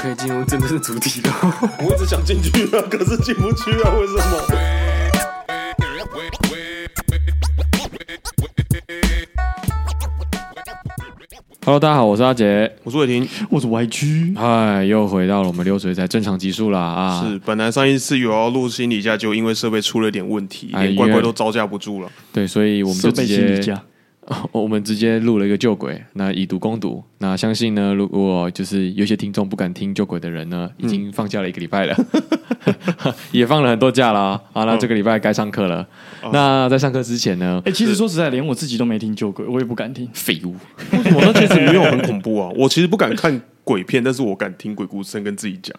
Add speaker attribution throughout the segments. Speaker 1: 可以进入真正的主题了。
Speaker 2: 我一直想进去啊，可是进不去啊，为什么？
Speaker 3: Hello，大家好，我是阿杰，
Speaker 2: 我是伟霆，
Speaker 4: 我是 YG，
Speaker 3: 嗨，又回到了我们流水仔正常集数啦啊！
Speaker 2: 是本来上一次有要录心理价，就因为设备出了点问题，
Speaker 3: 哎
Speaker 2: 连乖乖都招架不住了。
Speaker 3: 对，所以我们就
Speaker 4: 设备
Speaker 3: 直
Speaker 4: 心理
Speaker 3: 接，
Speaker 4: 家，
Speaker 3: 我们直接录了一个旧鬼，那以毒攻毒。那相信呢，如果就是有些听众不敢听旧鬼的人呢，已经放假了一个礼 拜了， 也放了很多假啦。好，
Speaker 1: 嗯
Speaker 3: 那这个礼拜该上课了。
Speaker 1: 哦
Speaker 3: 那在上课之前呢
Speaker 4: 哎、，其实说实在，连我自己都没听旧鬼，我也不敢听。
Speaker 3: 废物，
Speaker 2: 为什么？那其实没有很恐怖啊。 我其实不敢看鬼片，但是我敢听鬼故事，跟自己讲。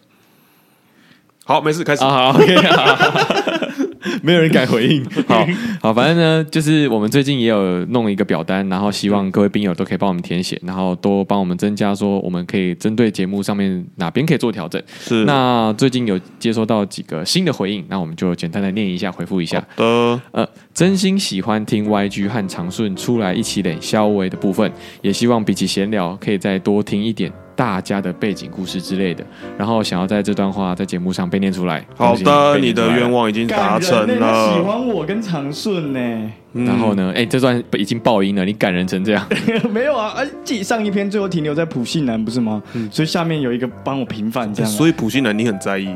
Speaker 2: 好，没事，开始。
Speaker 3: 啊，好，OK，没有人敢回应。好好，反正呢，就是我们最近也有弄一个表单，然后希望各位兵友都可以帮我们填写，然后多帮我们增加说我们可以针对节目上面哪边可以做调整。
Speaker 2: 是
Speaker 3: 那最近有接收到几个新的回应，那我们就简单的念一下，回复一下。
Speaker 2: 的，
Speaker 3: 呃，真心喜欢听 YG 和长顺出来一起垒肖维的部分，也希望比起闲聊，可以再多听一点大家的背景故事之类的。然后想要在这段话在节目上被念出来。
Speaker 2: 好
Speaker 3: 恭喜你
Speaker 2: 的，
Speaker 3: 被
Speaker 2: 你
Speaker 3: 念出来
Speaker 2: 的
Speaker 3: 了
Speaker 2: 愿。望已经达
Speaker 4: 感人
Speaker 2: 成
Speaker 4: 呢他喜
Speaker 2: 了。
Speaker 4: 欢我跟长顺欸呢、
Speaker 2: 嗯
Speaker 3: 然后呢？哎、这段已经爆音了，你感人成这样，
Speaker 4: 没有啊，而且上一篇最后停留在普信男不是吗？所以下面有一个帮我平反这样啊、
Speaker 2: 所以普信男你很在意，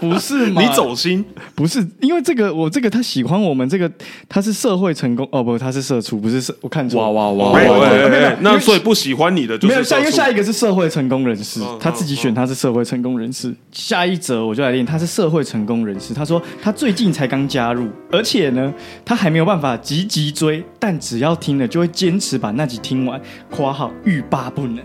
Speaker 4: 不是吗？
Speaker 2: 你走心，
Speaker 4: 不是因为这个，我这个他喜欢我们这个，他是社会成功哦，不，他是社畜，不是社，我看错。
Speaker 3: 哇
Speaker 4: 了。
Speaker 3: 哇哇哇
Speaker 2: 喂喂
Speaker 3: 哇！
Speaker 2: 喂
Speaker 4: 没有没
Speaker 2: 喂
Speaker 4: 有
Speaker 2: 哎那所以不喜欢你的就
Speaker 4: 没
Speaker 2: 是
Speaker 4: 有下，因
Speaker 2: 社
Speaker 4: 为
Speaker 2: 畜
Speaker 4: 下一个是社会成功人士
Speaker 2: 嗯，
Speaker 4: 他自己选他是社会成功人士。下一则我就来念，他是社会成功人士。他说他最近才刚加入，而且呢，他还没有办法急急追，但只要听了就会坚持把那集听完。括号欲罢不能。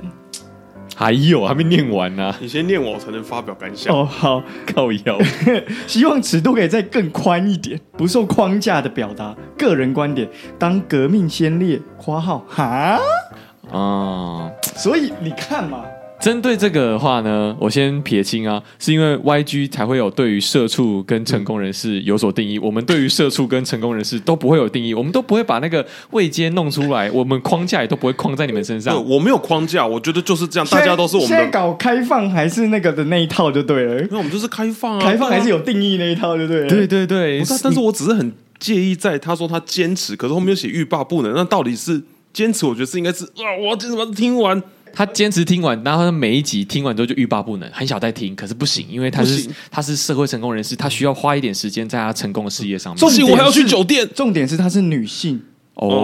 Speaker 3: 还有还没念完呢、
Speaker 2: 你先念我才能发表感想。
Speaker 4: 哦，好，
Speaker 3: 靠腰。
Speaker 4: 希望尺度可以再更宽一点，不受框架的表达个人观点，当革命先烈。括号哈，
Speaker 3: 啊、
Speaker 4: 所以你看嘛，
Speaker 3: 针对这个的话呢，我先撇清啊，是因为 YG 才会有对于社畜跟成功人士有所定义，我们对于社畜跟成功人士都不会有定义，我们都不会把那个位阶弄出来，我们框架也都不会框在你们身
Speaker 2: 对，
Speaker 3: 上。
Speaker 2: 我没有框架，我觉得就是这样，大家都是我
Speaker 4: 现在
Speaker 2: 们的，
Speaker 4: 搞开放还是那个的那一套就对了，
Speaker 2: 那我们就是开放啊，
Speaker 4: 开放还是
Speaker 2: 有。
Speaker 4: 有定义那一套就对了。
Speaker 3: 对，对对
Speaker 2: 不是啊，但是我只是很介意在他说他坚持，可是后面又写欲罢不能，那到底是坚持？我觉得是应该是啊，我要坚持把它听完。
Speaker 3: 他坚持听完，然后他每一集听完之后就欲罢不能，很想再听，可是不行，因为他
Speaker 2: 不
Speaker 3: 是
Speaker 2: 行
Speaker 3: 他是社会成功人士，他需要花一点时间在他成功的事业上面
Speaker 4: 重。
Speaker 2: 不行，我
Speaker 4: 点
Speaker 2: 还要去
Speaker 4: 是
Speaker 2: 酒店。
Speaker 4: 重点是她是女性，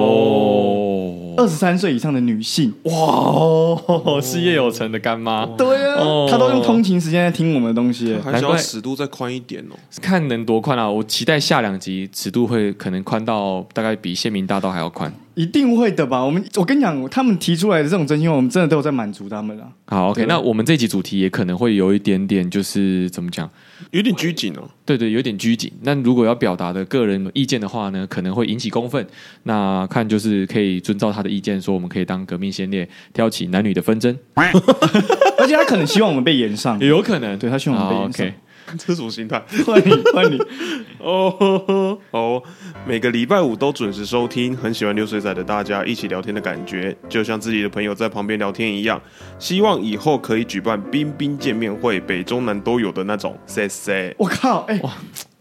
Speaker 3: 哦，
Speaker 4: 二十三岁以上的女性。
Speaker 3: 哇哦，事业有成的干妈，
Speaker 4: 对啊哦
Speaker 3: 哦，
Speaker 4: 她都用通勤时间在听我们的东西。
Speaker 2: 还
Speaker 3: 难
Speaker 2: 想
Speaker 3: 怪
Speaker 2: 要尺度再宽一点哦。
Speaker 3: 看能多宽啊！我期待下两集尺度会可能宽到大概比县民大道还要宽。
Speaker 4: 一定会的吧？我们我跟你讲，他们提出来的这种真心话，我们真的都有在满足他 们啊。
Speaker 3: 好，OK，那我们这集主题也可能会有一点点，就是怎么讲？
Speaker 2: 有点拘谨哦，
Speaker 3: 对对，有点拘谨。那如果要表达的个人意见的话呢，可能会引起公愤。那看就是可以遵照他的意见，说我们可以当革命先烈，挑起男女的纷争，
Speaker 4: 而且他可能希望我们被 延上
Speaker 3: 也，有可能。
Speaker 4: 对他希望我们被
Speaker 3: 好
Speaker 4: 延上
Speaker 3: OK，。
Speaker 2: 这是什么心态？
Speaker 4: 换你，换你，
Speaker 2: 哦哦，每个礼拜五都准时收听，很喜欢流水仔的大家一起聊天的感觉，就像自己的朋友在旁边聊天一样。希望以后可以举办冰冰见面会，北中南都有的那种。谢谢。
Speaker 4: 我靠，哎、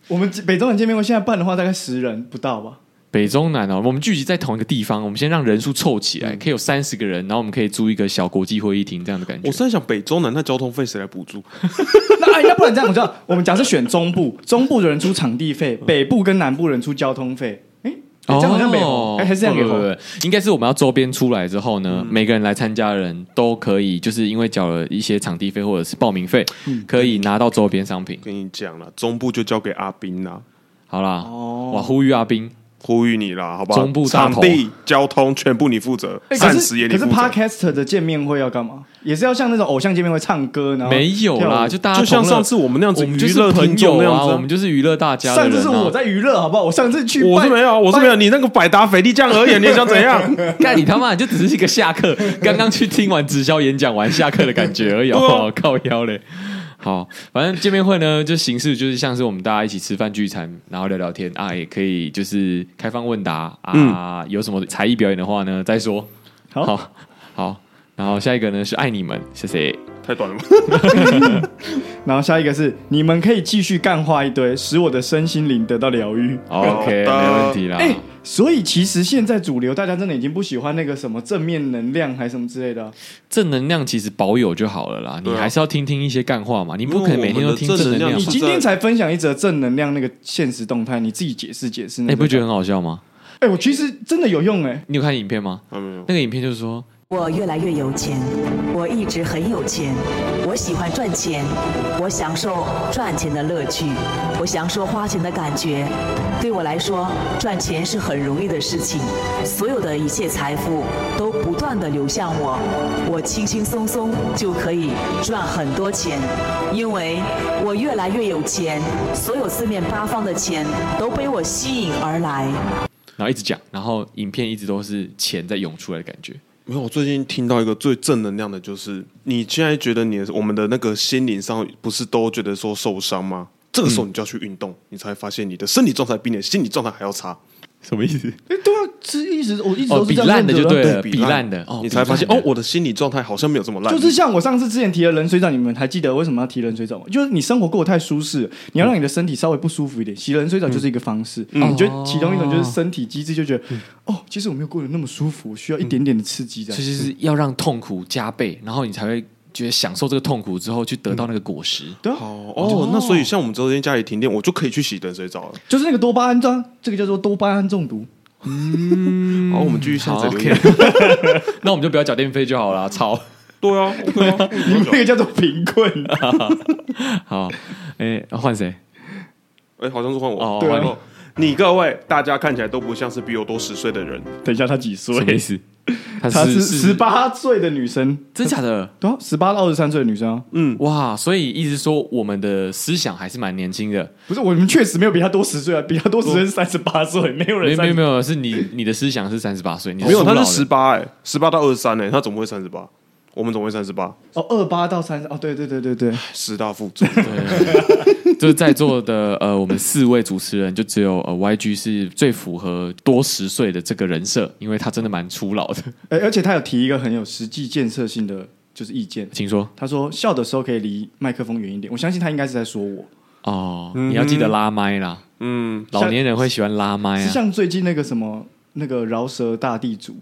Speaker 4: 我们北中南见面会现在办的话，大概十人不到吧？
Speaker 3: 北中南哦，我们聚集在同一个地方，我们先让人数凑起来，可以有三十个人，然后我们可以租一个小国际会议厅这样的感觉
Speaker 2: 我。是在想北中南那交通费谁来补助？
Speaker 4: 那哎，那不然这样，我知道，我们假设选中部，中部的人出场地费，北部跟南部人出交通费。哎、
Speaker 2: 哦
Speaker 4: 哎这样好像北
Speaker 3: 哦
Speaker 4: 红，哎、还是这样北
Speaker 3: 不不
Speaker 4: 红。
Speaker 3: 不不应该是我们要周边出来之后
Speaker 2: 嗯
Speaker 3: 呢，每个人来参加的人都可以，就是因为缴了一些场地费或者是报名费，
Speaker 2: 嗯
Speaker 3: 可以拿到周边商品。
Speaker 2: 跟你讲了，中部就交给阿斌啦，
Speaker 3: 好啦，
Speaker 4: 哦
Speaker 3: 我呼吁阿兵，
Speaker 2: 呼吁你啦，好不好？
Speaker 3: 中部大
Speaker 2: 场
Speaker 3: 头
Speaker 2: 地、交通全部你负责，
Speaker 4: 哎可
Speaker 2: 膳
Speaker 4: 是
Speaker 2: 食也
Speaker 4: 可
Speaker 2: 你
Speaker 4: 是
Speaker 2: 负责。
Speaker 4: Podcaster 的见面会要干嘛？也是要像那种偶像见面会唱歌，然后
Speaker 3: 没有啦，就
Speaker 4: 跳
Speaker 3: 大
Speaker 4: 舞
Speaker 3: 家
Speaker 2: 哦就像
Speaker 3: 同乐
Speaker 2: 上次我们那样子
Speaker 3: 我们就
Speaker 2: 娱乐
Speaker 3: 是朋
Speaker 2: 听众
Speaker 3: 友
Speaker 2: 那样
Speaker 3: 啊，
Speaker 2: 子啊
Speaker 3: 我们就是娱乐大家的
Speaker 4: 上
Speaker 3: 人啊。
Speaker 4: 次是我在娱乐，好不好？我上次去
Speaker 2: 我是
Speaker 4: 拜
Speaker 2: 没有，啊我是没有，你那个百达翡丽酱 而言，你想怎样？
Speaker 3: 干你他妈，你就只是一个下课，刚刚去听完直销演讲完下课的感觉 而已，
Speaker 4: 啊
Speaker 3: 哦， 靠腰嘞。好，反正见面会呢，就形式就是像是我们大家一起吃饭聚餐，然后聊聊天啊，也可以就是开放问答啊，有什么才艺表演的话呢，再说。
Speaker 4: 嗯好
Speaker 3: 好，好然后下一个呢是爱你们，谢谢。
Speaker 2: 太短了吧？
Speaker 4: 然后下一个是你们可以继续干话一堆，使我的身心灵得到疗愈。
Speaker 3: 啊 OK，没问题啦。
Speaker 4: 哎、所以其实现在主流大家真的已经不喜欢那个什么正面能量还是什么之类的啊、
Speaker 3: 正能量其实保有就好了啦，你
Speaker 2: 对啊
Speaker 3: 还是要听听一些干话嘛，你不可能每天都听
Speaker 2: 因为
Speaker 3: 正
Speaker 2: 我们
Speaker 3: 能
Speaker 2: 的正能量
Speaker 3: 量
Speaker 4: 你
Speaker 3: 嘛。
Speaker 4: 今天才分享一则正能量那个现实动态，你自己解释解释。
Speaker 3: 哎、不觉
Speaker 4: 得？
Speaker 3: 得很好笑吗？
Speaker 4: 哎、我其实真的有用哎、
Speaker 3: 你有看影片吗？
Speaker 2: 啊，没有。
Speaker 3: 那个影片就是说，
Speaker 5: 我越来越有钱，我一直很有钱，我喜欢赚钱，我享受赚钱的乐趣，我享受花钱的感觉。对我来说，赚钱是很容易的事情，所有的一切财富都不断的流向我，我轻轻松松就可以赚很多钱，因为我越来越有钱，所有四面八方的钱都被我吸引而来。
Speaker 3: 然后一直讲，然后影片一直都是钱在涌出来的感觉。
Speaker 2: 没有，我最近听到一个最正能量的，就是你现在觉得你的我们的那个心灵上不是都觉得说受伤吗？这个时候你就要去运动，你才会发现你的身体状态比你的心理状态还要差。
Speaker 3: 什么意思？
Speaker 4: 哎、对啊，是一直我一直
Speaker 3: 哦，
Speaker 4: 都是
Speaker 3: 比
Speaker 4: 这样
Speaker 3: 烂的
Speaker 4: 认
Speaker 3: 就
Speaker 4: 得
Speaker 3: 对
Speaker 4: 啊
Speaker 3: 了，
Speaker 2: 比
Speaker 3: 比烂的，哦，
Speaker 2: 你才发现
Speaker 3: 比烂
Speaker 2: 哦
Speaker 3: 的，
Speaker 2: 我的心理状态好像没有这么烂。
Speaker 4: 就是像我上次之前提的冷水澡，你们还记得为什么要提冷水澡吗？就是你生活过得太舒适了，你要让你的身体稍微不舒服一点，洗冷水澡就是一个方式。你觉得其中一种就是身体机制就觉得，哦，其实我没有过得那么舒服，我需要一点点的刺激这
Speaker 3: 就
Speaker 4: 样。
Speaker 3: 是要让痛苦加倍，然后你才会觉得享受这个痛苦之后去得到那个果实。
Speaker 4: 对啊，
Speaker 2: 哦哦，那所以像我们昨天家里停电，我就可以去洗冷水澡了。
Speaker 4: 就是那个多巴胺，这样这个叫做多巴胺中毒。
Speaker 3: 嗯
Speaker 2: 好，我们继续下载留言。
Speaker 3: 那我们就不要缴电费就好了，操！
Speaker 2: 对啊，OK 啊，
Speaker 4: 你们那个叫做贫困，
Speaker 3: 好，哎，换谁？
Speaker 2: 哎，好像是换
Speaker 3: 哦
Speaker 2: 我。
Speaker 3: 对啊
Speaker 2: 换我你各位大家看起来都不像是比我多十岁的人，
Speaker 4: 等一下，他几岁
Speaker 3: 什么意思？他
Speaker 4: 她是
Speaker 3: 是
Speaker 4: 十，八岁的女生，
Speaker 3: 真假的？
Speaker 4: 对啊，十八到二十三岁的女生啊，
Speaker 2: 嗯
Speaker 3: 哇，所以意思说我们的思想还是蛮年轻的，
Speaker 4: 不是我们确实没有比她多十岁啊，比她多十岁是三十八岁，没有
Speaker 3: 没有
Speaker 4: 人
Speaker 3: 没有
Speaker 4: 30
Speaker 3: 没有，是你你的思想是三十八岁，你
Speaker 2: 没有，他
Speaker 3: 初老
Speaker 2: 是
Speaker 3: 的
Speaker 2: 十八哎，十八到二十三哎，他怎么会三十八？我们怎么会三十八？
Speaker 4: 哦，二八到三十哦，对对对对对，
Speaker 2: 十大附中，
Speaker 3: 就是在座的呃，我们四位主持人就只有呃 YG 是最符合多十岁的这个人设，因为他真的蛮初老的。
Speaker 4: 哎，而且她有提一个很有实际建设性的就是意见，
Speaker 3: 请说
Speaker 4: 她说笑的时候可以离麦克风远一点，我相信她应该是在说我，
Speaker 3: 哦，你要记得拉麦啦，
Speaker 2: 嗯，
Speaker 3: 老年人会喜欢拉麦
Speaker 4: 是
Speaker 3: 啊，
Speaker 4: 像最近那个什么那个饶舌大地主，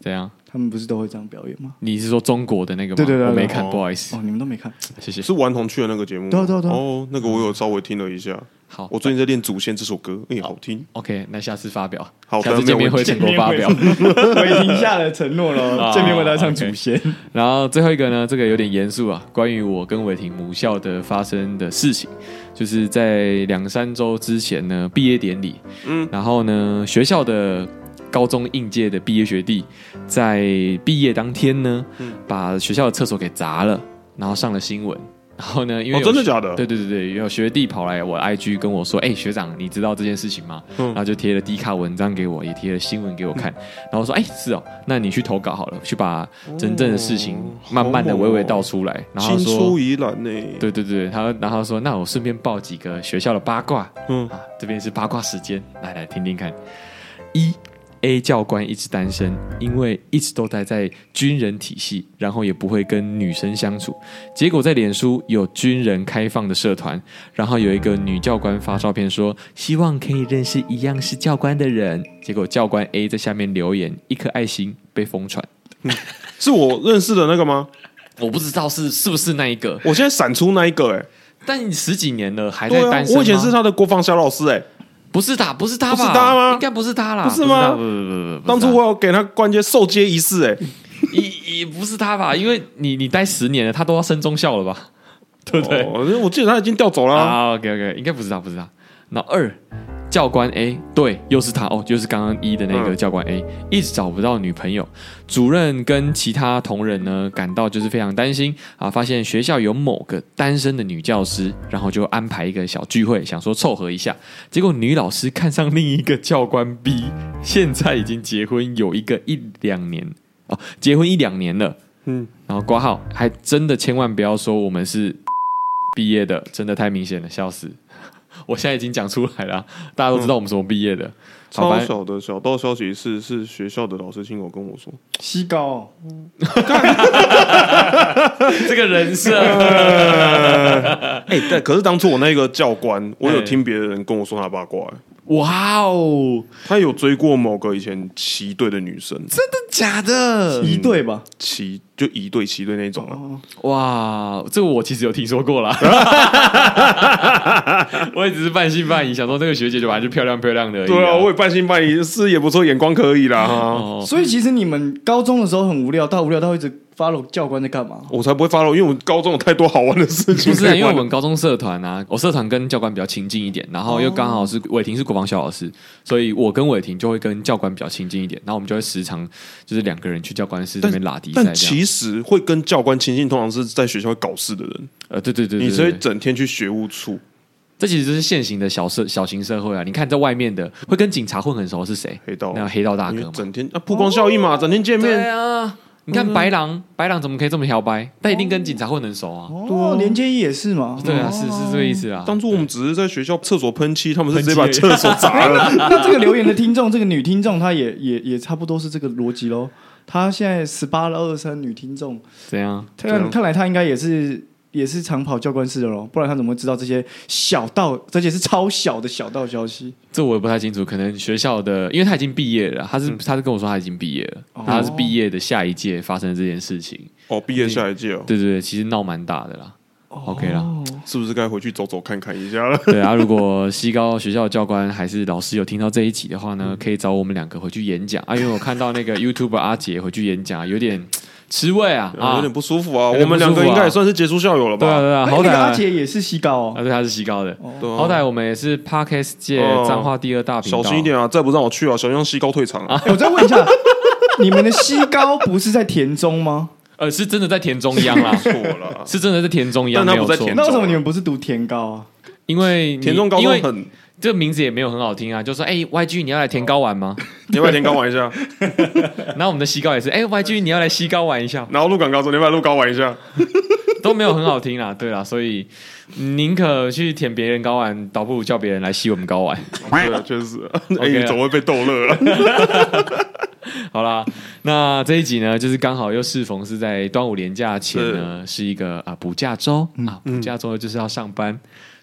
Speaker 3: 怎样？
Speaker 4: 他们不是都会这样表演吗？
Speaker 3: 你是说中国的那个吗？
Speaker 4: 对对对对
Speaker 3: 我没看，
Speaker 2: 哦
Speaker 3: 不好意思
Speaker 4: 哦，，你们都没看，
Speaker 3: 谢谢。
Speaker 2: 是顽童去的那个节目吗，
Speaker 4: 对啊对啊对啊
Speaker 2: 哦，那个我有稍微听了一下。
Speaker 3: 好
Speaker 2: 我最近在练《祖先》这首歌，哎，好听。
Speaker 3: ，OK，那下次发表，
Speaker 2: 好
Speaker 3: 下次见面会请我发表。
Speaker 4: 我停下了承诺了，
Speaker 3: 啊
Speaker 4: 见面会她唱
Speaker 3: OK
Speaker 4: 祖先，
Speaker 3: 然后最后一个呢，这个有点严肃啊，关于我跟伟霆母校的发生的事情，就是在两三周之前呢，毕业典礼，嗯，然后呢，学校的高中应届的毕业学弟，在毕业当天呢，
Speaker 2: 嗯
Speaker 3: 把学校的厕所给砸了，然后上了新闻。然后呢，因为
Speaker 2: 哦
Speaker 3: 有
Speaker 2: 真的
Speaker 3: 学
Speaker 2: 假的
Speaker 3: 对对对对，有学弟跑来我 IG 跟我说：“哎、学长，你知道这件事情吗？”
Speaker 2: 嗯
Speaker 3: 然后就贴了低卡文章给我，也贴了新闻给我看。然后我说：“哎、是哦，那你去投稿好了，去把真正的事情慢慢的
Speaker 2: 好
Speaker 3: 娓
Speaker 2: 猛哦
Speaker 3: 娓道出来。”然后
Speaker 2: 青
Speaker 3: 他
Speaker 2: 出
Speaker 3: 说
Speaker 2: 于蓝哎呢，：“
Speaker 3: 对对对。”他然后他说：“那我顺便报几个学校的八卦，
Speaker 2: 嗯
Speaker 3: 嗯，啊、这边是八卦时间，来来听听看。一 A 教官一直单身，因为一直都待在军人体系，然后也不会跟女生相处。结果在脸书有军人开放的社团，然后有一个女教官发照片说，希望可以认识一样是教官的人。结果教官 A 在下面留言一颗爱心被疯传，
Speaker 2: 是我认识的那个吗？
Speaker 3: 我不知道是是不是那一个，
Speaker 2: 我现在闪出那一个，哎，
Speaker 3: 但你十几年了还在
Speaker 2: 对啊
Speaker 3: 单，身吗、
Speaker 2: 我以前是他的国防小老师，哎，
Speaker 3: 不是他，不是他吧？
Speaker 2: 不是他吗
Speaker 3: 应该不是他啦，
Speaker 2: 不是吗
Speaker 3: 不是他不不不不不是他，
Speaker 2: 当初我有给他关节受接仪式，哎，
Speaker 3: 也也不是他吧？因为你你待十年了，他都要升中校了吧？对不对？
Speaker 2: 哦我记得他已经调走了啊。
Speaker 3: 啊、o k OK，应该不是他，不是他。那二教官 A，对，又是他哦，就是刚刚一的那个
Speaker 2: 嗯
Speaker 3: 教官 A，、一直找不到女朋友。主任跟其他同仁呢，感到就是非常担心啊，发现学校有某个单身的女教师，然后就安排一个小聚会，想说凑合一下。结果女老师看上另一个教官 B，现在已经结婚有一个一两年哦，结婚一两年了，嗯
Speaker 2: 嗯，
Speaker 3: 然后挂号 还真的千万不要说我们是毕业的，真的太明显了，笑死。 我现在已经讲出来了啊，大家都知道我们什么毕业的。好
Speaker 2: 超
Speaker 3: 反正
Speaker 2: 小的小道消息是，是学校的老师亲口跟我说，
Speaker 4: 西高哦
Speaker 3: 这个人设，
Speaker 2: 哎、但可是当初我那个教
Speaker 3: 哎
Speaker 2: 官，我有听别的人跟我说他八卦、哎
Speaker 3: 哇哦，
Speaker 2: 他有追过某个以前旗队的女生，
Speaker 3: 真的假的？
Speaker 4: 一队吧，
Speaker 2: 旗就一队旗队那种啊，
Speaker 3: 哦哇，这个我其实有听说过啦，我也只是半信半疑，想说这个学姐就反正就漂亮漂亮的而已、
Speaker 2: 对啊，我也半信半疑，是也不错，眼光可以啦。哈
Speaker 3: 哦，
Speaker 4: 所以其实你们高中的时候很无聊，到无聊到一直 follow 教官在干嘛？
Speaker 2: 我才不会发了，因为我高中有太多好玩的事情
Speaker 3: 不是、
Speaker 2: 可
Speaker 3: 啊，
Speaker 2: 以
Speaker 3: 因为
Speaker 2: 玩
Speaker 3: 我
Speaker 2: 了。
Speaker 3: 们高中社团啊，我社团跟教官比较亲近一点，然后
Speaker 2: 哦
Speaker 3: 又刚好是伟霆是国防小老师，所以我跟伟霆就会跟教官比较亲近一点，然后我们就会时常就是两个人去教官室那边拉低赛
Speaker 2: 但
Speaker 3: 这样。
Speaker 2: 其实会跟教官亲近，通常是在学校会搞事的人，
Speaker 3: 呃，对对对对对
Speaker 2: 你所以
Speaker 3: 对
Speaker 2: 整天去学务处。
Speaker 3: 这其实就是现行的小社小型社会啊。你看在外面的会跟警察混很熟的是谁？
Speaker 2: 黑道
Speaker 3: 那黑道大
Speaker 2: 因
Speaker 3: 哥
Speaker 2: 为
Speaker 3: 嘛。哦
Speaker 2: 整天啊，曝光效应嘛，整天见
Speaker 3: 对
Speaker 2: 面，
Speaker 3: 啊，你
Speaker 2: 嗯
Speaker 3: 看白狼，白狼怎么可以这么摇摆？但一定跟警察混很熟啊。
Speaker 4: 哦，连接一也是嘛，
Speaker 3: 对啊，是是这个意思啊。
Speaker 2: 当初我们只是在学校厕所喷漆，他们是直接把
Speaker 3: 喷漆而
Speaker 2: 厕所砸 了。
Speaker 4: 那这个留言的听众，这个女听众，她也也也差不多是这个逻辑喽。她现在十八到二三女听众，
Speaker 3: 怎样？
Speaker 2: 对啊
Speaker 4: 看看来她应该也是也是长跑教官室的喽，不然她怎么会知道这些小道，这些是超小的小道消息？
Speaker 3: 这我也不太清楚，可能学校的，因为他已经毕业了，他
Speaker 2: 嗯
Speaker 3: 是、他是跟我说他已经毕业了，
Speaker 4: 哦
Speaker 3: 他是毕业的下一届发生这件事情，
Speaker 2: 哦，毕业下一届哦，
Speaker 3: 对对对，其实闹蛮大的啦。OK
Speaker 2: 哦
Speaker 3: 啦，
Speaker 2: 是不是该回去走走看看一下了？
Speaker 3: 对啊，如果西高学校的教官还是老师有听到这一集的话
Speaker 2: 嗯
Speaker 3: 呢，可以找我们两个回去演讲啊，因为我看到那个 YouTube 阿杰回去演讲有点吃味啊
Speaker 2: 啊
Speaker 3: 啊，
Speaker 2: 有点不舒服啊，
Speaker 3: 有
Speaker 2: 我
Speaker 3: 点不舒服啊
Speaker 2: 们两个应该也算是杰出校友了
Speaker 3: 对啊
Speaker 2: 吧？
Speaker 3: 对啊，
Speaker 4: 哎
Speaker 3: 好
Speaker 4: 那
Speaker 3: 歹
Speaker 4: 个阿杰也是西高
Speaker 3: 啊
Speaker 4: 哦，
Speaker 3: 对他是西高的，
Speaker 2: 对啊
Speaker 3: 好歹我们也是 Parkes 界
Speaker 2: 哦
Speaker 3: 彰化第二大频道，
Speaker 2: 小心一点啊，再不让我去啊，小心让西高退场啊！。
Speaker 4: 哎我再问一下， 你们的西高不是在田中吗？
Speaker 3: 呃，是真的在田中央啦
Speaker 2: 错了，
Speaker 3: 啊 是真的在田中啊央，
Speaker 2: 但他
Speaker 3: 没有
Speaker 2: 不在
Speaker 3: 错
Speaker 2: 田中
Speaker 4: 那为什么你们不是读田高啊？
Speaker 3: 因为你
Speaker 2: 田中高
Speaker 3: 因
Speaker 2: 中
Speaker 3: 为
Speaker 2: 很，
Speaker 3: 这个名字也没有很好听啊，就说哎、YG 你要来田高玩吗？
Speaker 2: 你要不要田高玩一下？
Speaker 3: 然后我们的西高也是哎、YG 你要来西高玩一下，
Speaker 2: 然后鹿港高中，你要不要鹿高玩一下？
Speaker 3: 都没有很好听啦。对啦，所以宁可去舔别人高玩，倒不如叫别人来吸我们高玩。
Speaker 2: 对，确实， 哎，
Speaker 3: OK 啊
Speaker 2: 你总会被逗乐 了。
Speaker 3: 好啦，那这一集呢，就是刚好又适逢是在端午连假前呢，是一个啊补假周啊，补假周就是要上班，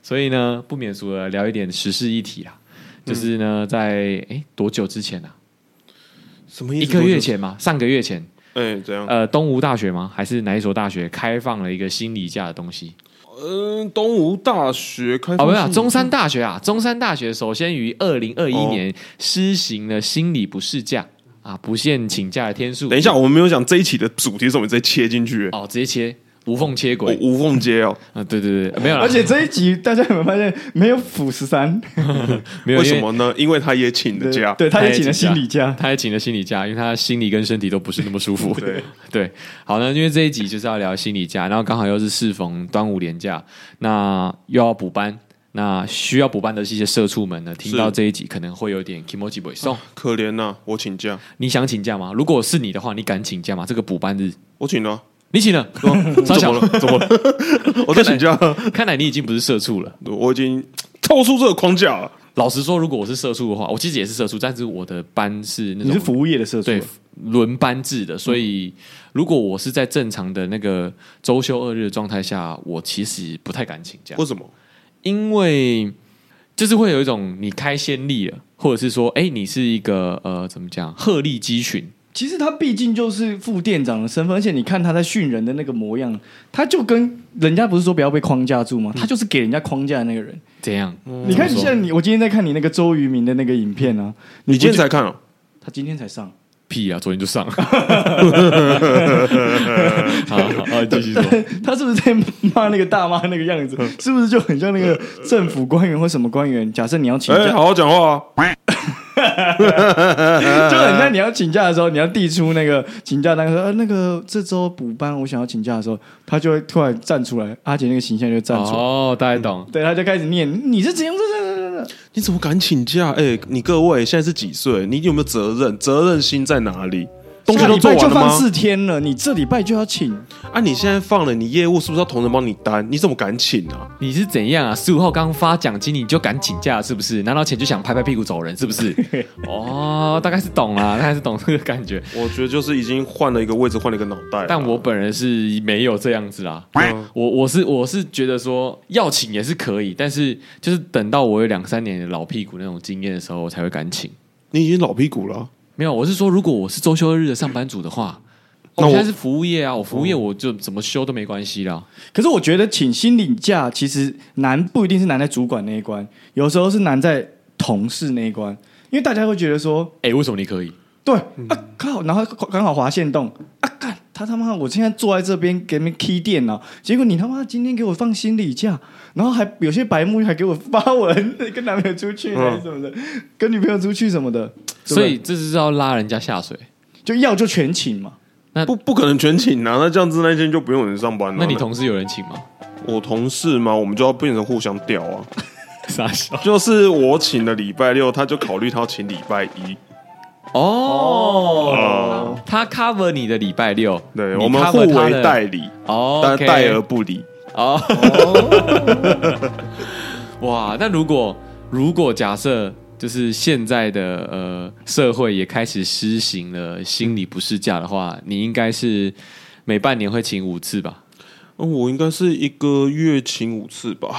Speaker 3: 所以呢不免俗的聊一点时事议题啦。就是呢，在哎、多久之前啊？
Speaker 2: 什么意
Speaker 3: 一
Speaker 2: 思？
Speaker 3: 个月前嘛，上个月前，
Speaker 2: 哎，怎样？
Speaker 3: 呃，东吴大学吗？还是哪一所大学开放了一个心理假的东西？
Speaker 2: 嗯，东吴大学开
Speaker 3: 哦，
Speaker 2: 放
Speaker 3: 不是、啊，
Speaker 2: 性
Speaker 3: 中山大学啊，中山大学首先于二零二一
Speaker 2: 嗯哦
Speaker 3: 年施行了心理不适假啊，不限请假的天数。
Speaker 2: 等一下，，我们没有讲这一期的主题是什么，你直接切进去。
Speaker 3: 哦，直接切无缝切
Speaker 2: 我
Speaker 3: 轨啊、
Speaker 2: 无缝接哦，
Speaker 3: 对对对，没有啦，
Speaker 4: 而且这一集大家有没有发现没有辅十 三？
Speaker 3: 没有
Speaker 2: 为什么？呢？因为他也请了
Speaker 4: 对
Speaker 2: 假，
Speaker 4: 对，他也请了
Speaker 3: 哎请
Speaker 4: 心理假。
Speaker 3: 他也请了心理假，因为他心理跟身体都不是那么舒服。
Speaker 2: 对
Speaker 3: 对，好呢，因为这一集就是要聊心理假，然后刚好又是适逢端午连假，那又要补班，那需要补班的是一些社畜们呢，听到这一集可能会有点 emoji boy 送。
Speaker 2: 可怜呐、我请假，
Speaker 3: 你想请假吗？如果是你的话，你敢请假吗？这个补班日，
Speaker 2: 我请了啊，
Speaker 3: 你请了， 怎么了？怎么了？
Speaker 2: 我在请假啊，
Speaker 3: 看来你已经不是社畜了。
Speaker 2: 我已经超出这个框架了。
Speaker 3: 老实说，如果我是社畜的话，我其实也是社畜，但是我的班是那
Speaker 4: 你
Speaker 3: 种
Speaker 4: 是服务业的社畜啊嗯
Speaker 3: 对，轮班制的，所以如果我是在正常的那个周休二日的状态下，我其实不太敢请假
Speaker 2: 为，什么？
Speaker 3: 因为就是会有一种你开先例了，或者是说，哎，你是一个呃怎么讲鹤立鸡群，
Speaker 4: 其实他毕竟就是副店长的身份，而且你看他在训人的那个模样，他就跟人家不是说不要被框架住吗？他就是给人家框架的那个人。
Speaker 3: 怎样？
Speaker 4: 你看，
Speaker 3: 怎么说
Speaker 4: 像你，我今天在看你那个周渝民的那个影片啊，
Speaker 2: 你
Speaker 4: 不
Speaker 2: 今天
Speaker 4: 就
Speaker 2: 才看啊？
Speaker 4: 他今天才上，
Speaker 3: 屁啊，昨天就上了。好好，好继续说。
Speaker 4: 他是不是在骂那个大妈那个样子？是不是就很像那个政府官员或什么官员？假设你要请
Speaker 2: 哎、
Speaker 4: 假，
Speaker 2: 好好讲话啊！
Speaker 4: 就很像你要请假的时候，你要递出那个请假单说，呃，那个这周补班，我想要请假的时候，他就会突然站出来，阿杰那个形象就站出来，
Speaker 3: 哦，大家懂。
Speaker 4: 对，他就开始念，你是怎样这这这这
Speaker 2: 你怎么敢请假？哎、你各位现在是几岁？你有没有责任？责任心在哪里？东西
Speaker 4: 下
Speaker 2: 都
Speaker 4: 礼
Speaker 2: 做
Speaker 4: 拜就
Speaker 2: 完了
Speaker 4: 放
Speaker 2: 吗？
Speaker 4: 四天了，你这礼拜就要请，
Speaker 2: 啊，你现在放了，你业务是不是要同仁帮你担？你怎么敢请啊？
Speaker 3: 你是怎样啊？十五号刚发奖金，你就敢请假是不是？拿到钱就想拍拍屁股走人是不是？哦，大概是懂啦，大概是懂这个感觉。
Speaker 2: 我觉得就是已经换了一个位置，换了一个脑袋了。
Speaker 3: 但我本人是没有这样子啦，我我是我是觉得说要请也是可以，但是就是等到我有两三年的老屁股那种经验的时候，我才会敢请。
Speaker 2: 你已经老屁股了啊，
Speaker 3: 没有，我是说，如果我是周休日的上班族的话，
Speaker 2: 那
Speaker 3: 我
Speaker 2: 我
Speaker 3: 现在是服务业啊，我服务业我就怎么休都没关系啦。
Speaker 4: 可是我觉得请薪领假其实难，不一定是难在主管那一关，有时候是难在同事那一关，因为大家会觉得说，
Speaker 3: 哎、为什么你可以？
Speaker 4: 对、啊靠，然后刚好划线动啊干，他他妈我现在坐在这边给你们 key 电脑，结果你他妈今天给我放心理假，然后还有些白目还给我发文 跟男朋友出去还是什么
Speaker 2: 嗯
Speaker 4: 的，跟女朋友出去什么的，对不对
Speaker 3: 所以这是要拉人家下水。
Speaker 4: 就要就全请嘛。
Speaker 2: 不不可能全请啊！那这样子那一天就不用有人上班了。
Speaker 3: 那你同事有人请吗？
Speaker 2: 我同事嘛，我们就要变成互相屌啊！
Speaker 3: 傻笑。
Speaker 2: 就是我请了礼拜六，他就考虑他要请礼拜一。
Speaker 3: 哦，他 cover 你的礼拜六，
Speaker 2: 对，
Speaker 3: 你
Speaker 2: 我们
Speaker 3: cover
Speaker 2: 互
Speaker 3: 他
Speaker 2: 为
Speaker 3: 的
Speaker 2: 代理，
Speaker 3: 哦，
Speaker 2: 但
Speaker 3: OK
Speaker 2: 代而不理。
Speaker 3: 哦，哇！那如果如果假设就是现在的呃社会也开始施行了心理不适假的话，你应该是每半年会请五次吧？
Speaker 2: 嗯，我应该是一个月请五次吧。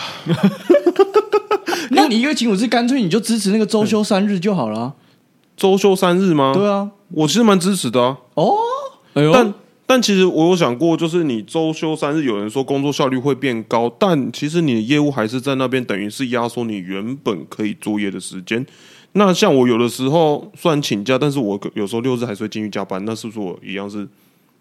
Speaker 4: 那你一个请我是干脆你就支持那个周休三日就好了啊、
Speaker 2: 周休三日吗？
Speaker 4: 对，啊，
Speaker 2: 我其实蛮支持的啊。
Speaker 4: 哦，
Speaker 3: 哎呦，
Speaker 2: 但但其实我有想过，就是你周休三日，有人说工作效率会变高，但其实你的业务还是在那边，等于是压缩你原本可以作业的时间。那像我有的时候虽然请假，但是我有时候六日还是会进去加班，那是不是我一样是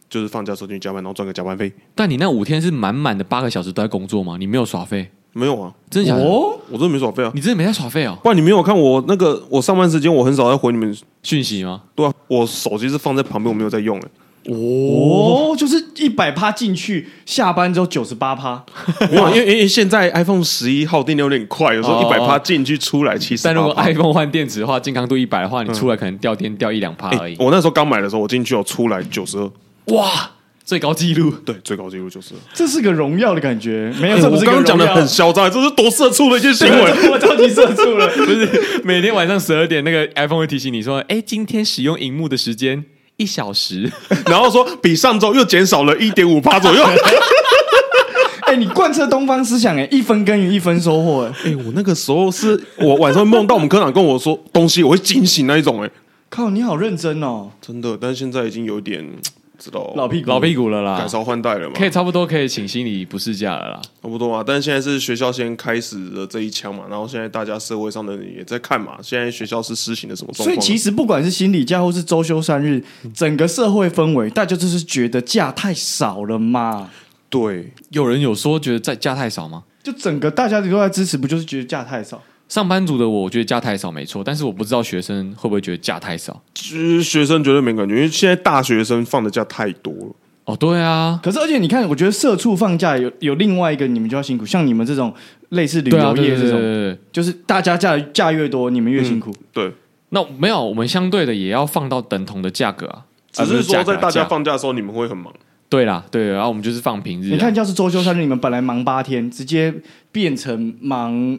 Speaker 2: 就是放假时候进去加班，然后赚个加班费？
Speaker 3: 但你那五天是满满的八个小时都在工作吗？你没有耍废？
Speaker 2: 没有啊，
Speaker 3: 真的假的？
Speaker 4: 哦，
Speaker 2: 我真的没耍费啊。
Speaker 3: 你真的没在耍废哦？
Speaker 2: 不然你没有看我那个我上班时间，我很少在回你们，
Speaker 3: 讯息吗？
Speaker 2: 对啊，我手机是放在旁边，我没有在用、 欸，
Speaker 4: 哦，就是一百趴进去，下班之后九十八趴，
Speaker 2: 没有啊，因为因为现在 iPhone 十一耗电量有点快，有时候一百趴进去出来其实。
Speaker 3: 哦但如果 iPhone 换电池的话，健康度一百的话，你出来可能掉电掉一两趴而
Speaker 2: 哎、
Speaker 3: 已。
Speaker 4: 嗯
Speaker 2: 我那时候刚买的时候，我进去有出来九十二，
Speaker 3: 哇，最高纪录！
Speaker 2: 对，最高纪录九十二。
Speaker 4: 这是个荣耀的感觉。没有，
Speaker 2: 哎
Speaker 4: 这
Speaker 2: 我
Speaker 4: 不是
Speaker 2: 刚刚讲
Speaker 4: 的
Speaker 2: 的 很嚣张，这是多社畜的一些行为。
Speaker 4: 我超级社畜了。
Speaker 3: 不是每天晚上十二点，那个 iPhone 会提醒你说：“哎，今天使用荧幕的时间一小时。
Speaker 2: 然后说比上周又减少了一点五趴左右。
Speaker 4: 哎、你贯彻东方思想、哎，一分耕耘一分收获、哎，
Speaker 2: 哎、我那个时候是我晚上梦到我们科长跟我说东西，我会惊醒那一种、哎，
Speaker 4: 靠，你好认真哦，
Speaker 2: 真的。但是现在已经有点知道
Speaker 4: 老屁”股，
Speaker 3: 老屁股了啦
Speaker 2: 改，朝换代了嘛，
Speaker 3: 可以差不多可以请心理不适假了啦。
Speaker 2: 差不多啊。但是现在是学校先开始了这一枪嘛，然后现在大家社会上的人也在看嘛，现在学校是施行的什么状
Speaker 4: 所
Speaker 2: 况？啊
Speaker 4: 以其实不管是心理假或是周休三日，整个社会氛围，大家就是觉得假太少了嘛。
Speaker 2: 对，
Speaker 3: 有人有说觉得在假太少吗？
Speaker 4: 就整个大家都在支持，不就是觉得假太少？
Speaker 3: 上班族的我，我觉得假太少没错，但是我不知道学生会不会觉得假太少。
Speaker 2: 就是学生绝对没感觉，因为现在大学生放的假太多了。
Speaker 3: 哦，对啊，
Speaker 4: 可是，而且你看，我觉得社畜放假有有另外一个，你们就要辛苦。像你们这种类似旅
Speaker 3: 对啊，
Speaker 4: 游
Speaker 3: 对
Speaker 4: 业
Speaker 3: 对
Speaker 4: 这
Speaker 3: 对对
Speaker 4: 种，
Speaker 3: 对。对
Speaker 4: 就是大家假假越多，你们越辛苦。
Speaker 2: 对，
Speaker 3: 那没有，我们相对的也要放到等同的价格啊，
Speaker 2: 只
Speaker 3: 啊不
Speaker 2: 是
Speaker 3: 价
Speaker 2: 说
Speaker 3: 格
Speaker 2: 在
Speaker 3: 啊
Speaker 2: 大家
Speaker 3: 价
Speaker 2: 放假的时候，你们会很忙。
Speaker 3: 对啦，对，然后我们就是放平日啊。
Speaker 4: 你看，要是周休三日，你们本来忙八天，直接变成忙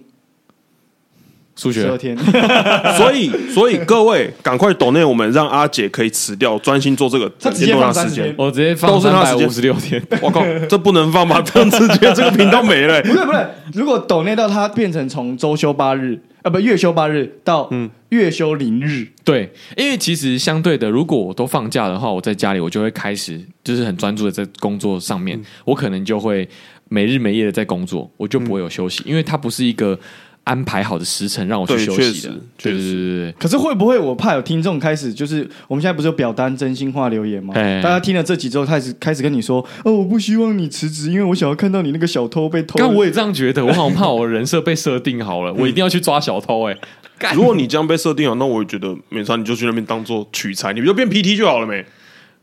Speaker 3: 数
Speaker 4: 十
Speaker 3: 学，
Speaker 4: 二天。
Speaker 2: 所以，所以各位赶快抖内我们，让阿姐可以辞掉，专心做这个，
Speaker 4: 她直接
Speaker 2: 整天
Speaker 4: 放
Speaker 2: 多拿
Speaker 4: 30
Speaker 2: 时间
Speaker 4: 天。
Speaker 3: 我直接放
Speaker 2: 都是
Speaker 3: 三
Speaker 2: 他
Speaker 3: 百
Speaker 2: 时
Speaker 3: 五
Speaker 2: 间
Speaker 3: 十六天。
Speaker 2: 我靠，这不能放 吧？这样直接这个频道没了、欸
Speaker 4: 不是不是，如果抖内到它变成从周休八日啊，不月休八日到月休零日，
Speaker 3: 对，因为其实相对的，如果我都放假的话，我在家里我就会开始就是很专注的在工作上
Speaker 4: 嗯
Speaker 3: 面，我可能就会没日没夜的在工作，我就不会有休
Speaker 4: 嗯
Speaker 3: 息，因为它不是一个安排好的时辰让我去
Speaker 2: 对
Speaker 3: 休
Speaker 2: 确
Speaker 3: 息的对
Speaker 2: 实。确
Speaker 3: 对对对对
Speaker 4: 可是会不会我怕有听众开始就是我们现在不是有表单真心话留言吗？
Speaker 3: 哎
Speaker 4: 大家听了这几周开始开始跟你说，哦，我不希望你辞职，因为我想要看到你那个小偷被偷。
Speaker 3: 但我也这样觉得，我好怕我人设被设定好 了，我一定要去抓小偷、哎，
Speaker 2: 哎，如果你这样被设定好，那我也觉得没差，你就去那边当做取材，你不就变 PT 就好了没？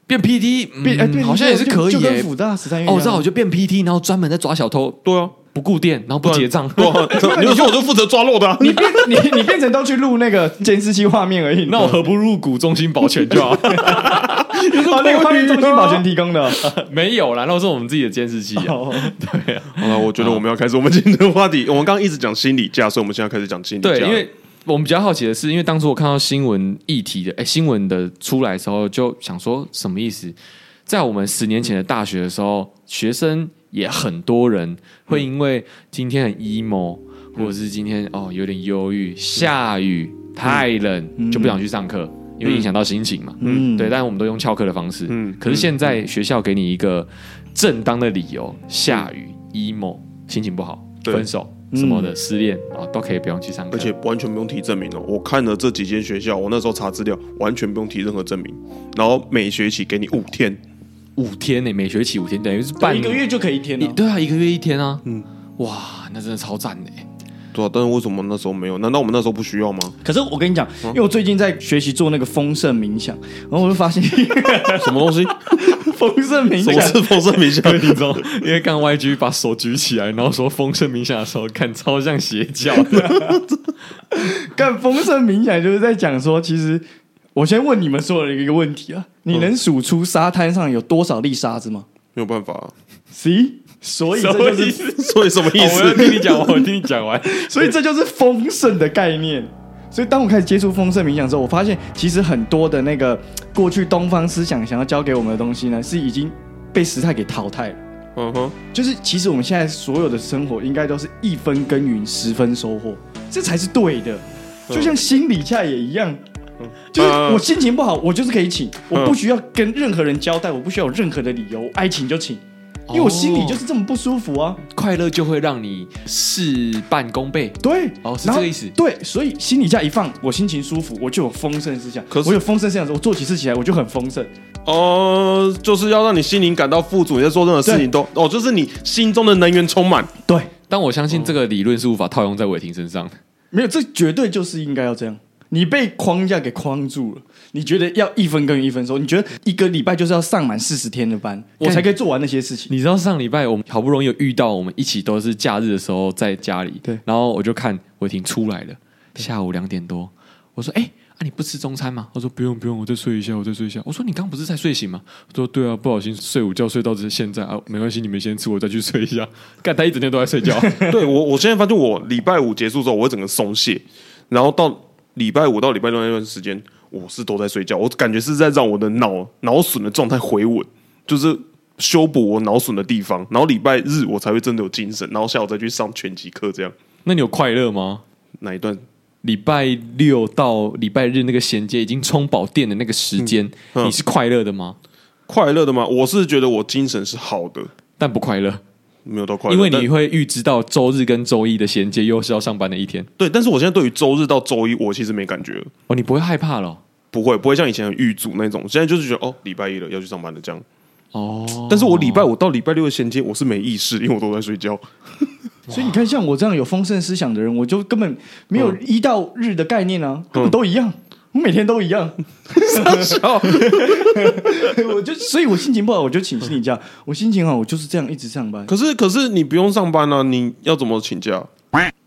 Speaker 3: 变 PT，嗯、
Speaker 4: 变哎对
Speaker 3: 好像也是可以、
Speaker 4: 就就
Speaker 3: 哎
Speaker 4: 跟辅大十三院一
Speaker 3: 哦，
Speaker 4: 样
Speaker 3: 我知道，我就变 PT，然后专门在抓小偷，
Speaker 2: 对啊，
Speaker 3: 不顾店，然后不结账。
Speaker 2: 对啊，对啊 你就说我就负责抓漏的、啊，
Speaker 4: 你变你你变成都去录那个监视器画面而已。
Speaker 3: 那我何不入股中心保全就好？
Speaker 4: 你说哦那个花园中心啊保全提供 的，
Speaker 3: 没有啦，那是我们自己的监视器啊。
Speaker 4: 哦
Speaker 2: 好了，我觉得我们要开始我们今天的话题。我们刚刚一直讲心理价，所以我们现在开始讲心理价。
Speaker 3: 对，因为我们比较好奇的是，因为当初我看到新闻议题的，哎，新闻的出来的时候，就想说什么意思？在我们十年前的大学的时候，学生也很多人会因为今天很 emo，、或者是今天哦有点忧郁，下雨太冷、
Speaker 4: 嗯
Speaker 3: 就不想去上课，因为影响到心情嘛。
Speaker 4: 嗯
Speaker 3: 对，但我们都用翘课的方式。
Speaker 2: 嗯
Speaker 3: 可是现在学校给你一个正当的理由，下雨、emo、心情不好、
Speaker 2: 对
Speaker 3: 分手什么的、失恋啊，都可以不用去上课。
Speaker 2: 而且完全不用提证明哦。我看了这几间学校，我那时候查资料，完全不用提任何证明，然后每学期给你五天，
Speaker 3: 五天呢、每学期五天，等于是半
Speaker 4: 一个月就可以一天
Speaker 3: 一
Speaker 4: 了。
Speaker 3: 对啊，一个月一天啊。
Speaker 2: 嗯
Speaker 3: 嗯，哇，那真的超赞的、欸。
Speaker 2: 对啊，但是为什么那时候没有？难道我们那时候不需要吗？
Speaker 4: 可是我跟你讲，因为我最近在学习做那个丰盛冥想，然后我就发 现
Speaker 2: 什么东 西？
Speaker 4: 丰盛冥
Speaker 2: 什么是
Speaker 4: 想，
Speaker 2: 丰盛冥想？
Speaker 3: 你知 道，因为刚 YG 把手举起来，然后说丰盛冥想的时候，看超像邪教 的。
Speaker 4: 干丰盛冥想就是在讲说，其实我先问你们所有人一个问题啊，你能数出沙滩上有多少粒沙子吗
Speaker 2: 没有办法、啊，
Speaker 4: ？See，所以这就是
Speaker 3: 思？
Speaker 2: 所以什么意
Speaker 3: 哦我要
Speaker 2: 思？
Speaker 3: 听你讲完，我听你讲 完。
Speaker 4: 所以这就是丰盛的概念。所以当我开始接触丰盛冥想之后，我发现其实很多的那个过去东方思想想要教给我们的东西呢，是已经被时代给淘汰了。
Speaker 2: 嗯哼，
Speaker 4: 就是其实我们现在所有的生活应该都是一分耕耘十分收获，这才是对的。就像心理价也一样。就是我心情不好，我就是可以请，我不需要跟任何人交代，我不需要有任何的理由，我爱请就请，因为我心里就是这么不舒服啊。
Speaker 3: 快乐就会让你事半功倍。
Speaker 4: 对，
Speaker 3: 哦是
Speaker 4: 然后
Speaker 3: 这个意思
Speaker 4: 对，所以心理假一放，我心情舒服，我就有丰盛思想。
Speaker 2: 可是
Speaker 4: 我有丰盛思想的时候，我做起事起来我就很丰盛。
Speaker 2: 哦、就是要让你心灵感到富足，你在做任何事情都哦，就是你心中的能源充满。
Speaker 4: 对，
Speaker 3: 但我相信这个理论是无法套用在伟霆身上的。
Speaker 4: 没有，这绝对就是应该要这样。你被框架给框住了，你觉得要一分耕耘一分收，你觉得一个礼拜就是要上满四十天的班，我才可以做完那些事情。
Speaker 3: 你知道上礼拜我们好不容易有遇到，我们一起都是假日的时候在家里，
Speaker 4: 对
Speaker 3: 然后我就看伟霆出来了，下午两点多，我说哎。啊，你不吃中餐吗？他说不用不用，我再睡一下，我再睡一下。我说你刚不是才睡醒吗？他说对啊，不小心睡午觉睡到这现在啊，没关系，你们先吃，我再去睡一下。 干，他一整天都在睡觉。
Speaker 2: 对我，我现在发现我礼拜五结束之后，我会整个松懈，然后到礼拜五到礼拜六那段时间，我是都在睡觉，我感觉是在让我的脑脑损的状态回稳，就是修补我脑损的地方，然后礼拜日我才会真的有精神，然后下午再去上拳击课，这样
Speaker 3: 那你有快乐吗？
Speaker 2: 哪一段？
Speaker 3: 礼拜六到礼拜日那个衔接已经充饱电的那个时间，
Speaker 2: 嗯
Speaker 3: 你是快乐的吗？
Speaker 2: 快乐的吗？我是觉得我精神是好的，
Speaker 3: 但不快乐，
Speaker 2: 没有到快乐，
Speaker 3: 因为
Speaker 2: 但
Speaker 3: 你会预知到周日跟周一的衔接又是要上班的一天。
Speaker 2: 对，但是我现在对于周日到周一，我其实没感觉了。
Speaker 3: 哦，你不会害怕了
Speaker 2: 不会，不会像以前很预祝那种，现在就是觉得哦，礼拜一了要去上班了这样。
Speaker 3: 哦。
Speaker 2: 但是我礼拜五到礼拜六的衔接，我是没意识，因为我都在睡觉。
Speaker 4: 所以你看，像我这样有丰盛思想的人，我就根本没有一到日的概念啊，根本都一样，我每天都一 样。我就所以，我心情不好我就请心理假，我心情好我就是这样一直上班。
Speaker 2: 可是可是你不用上班啊，你要怎么请假？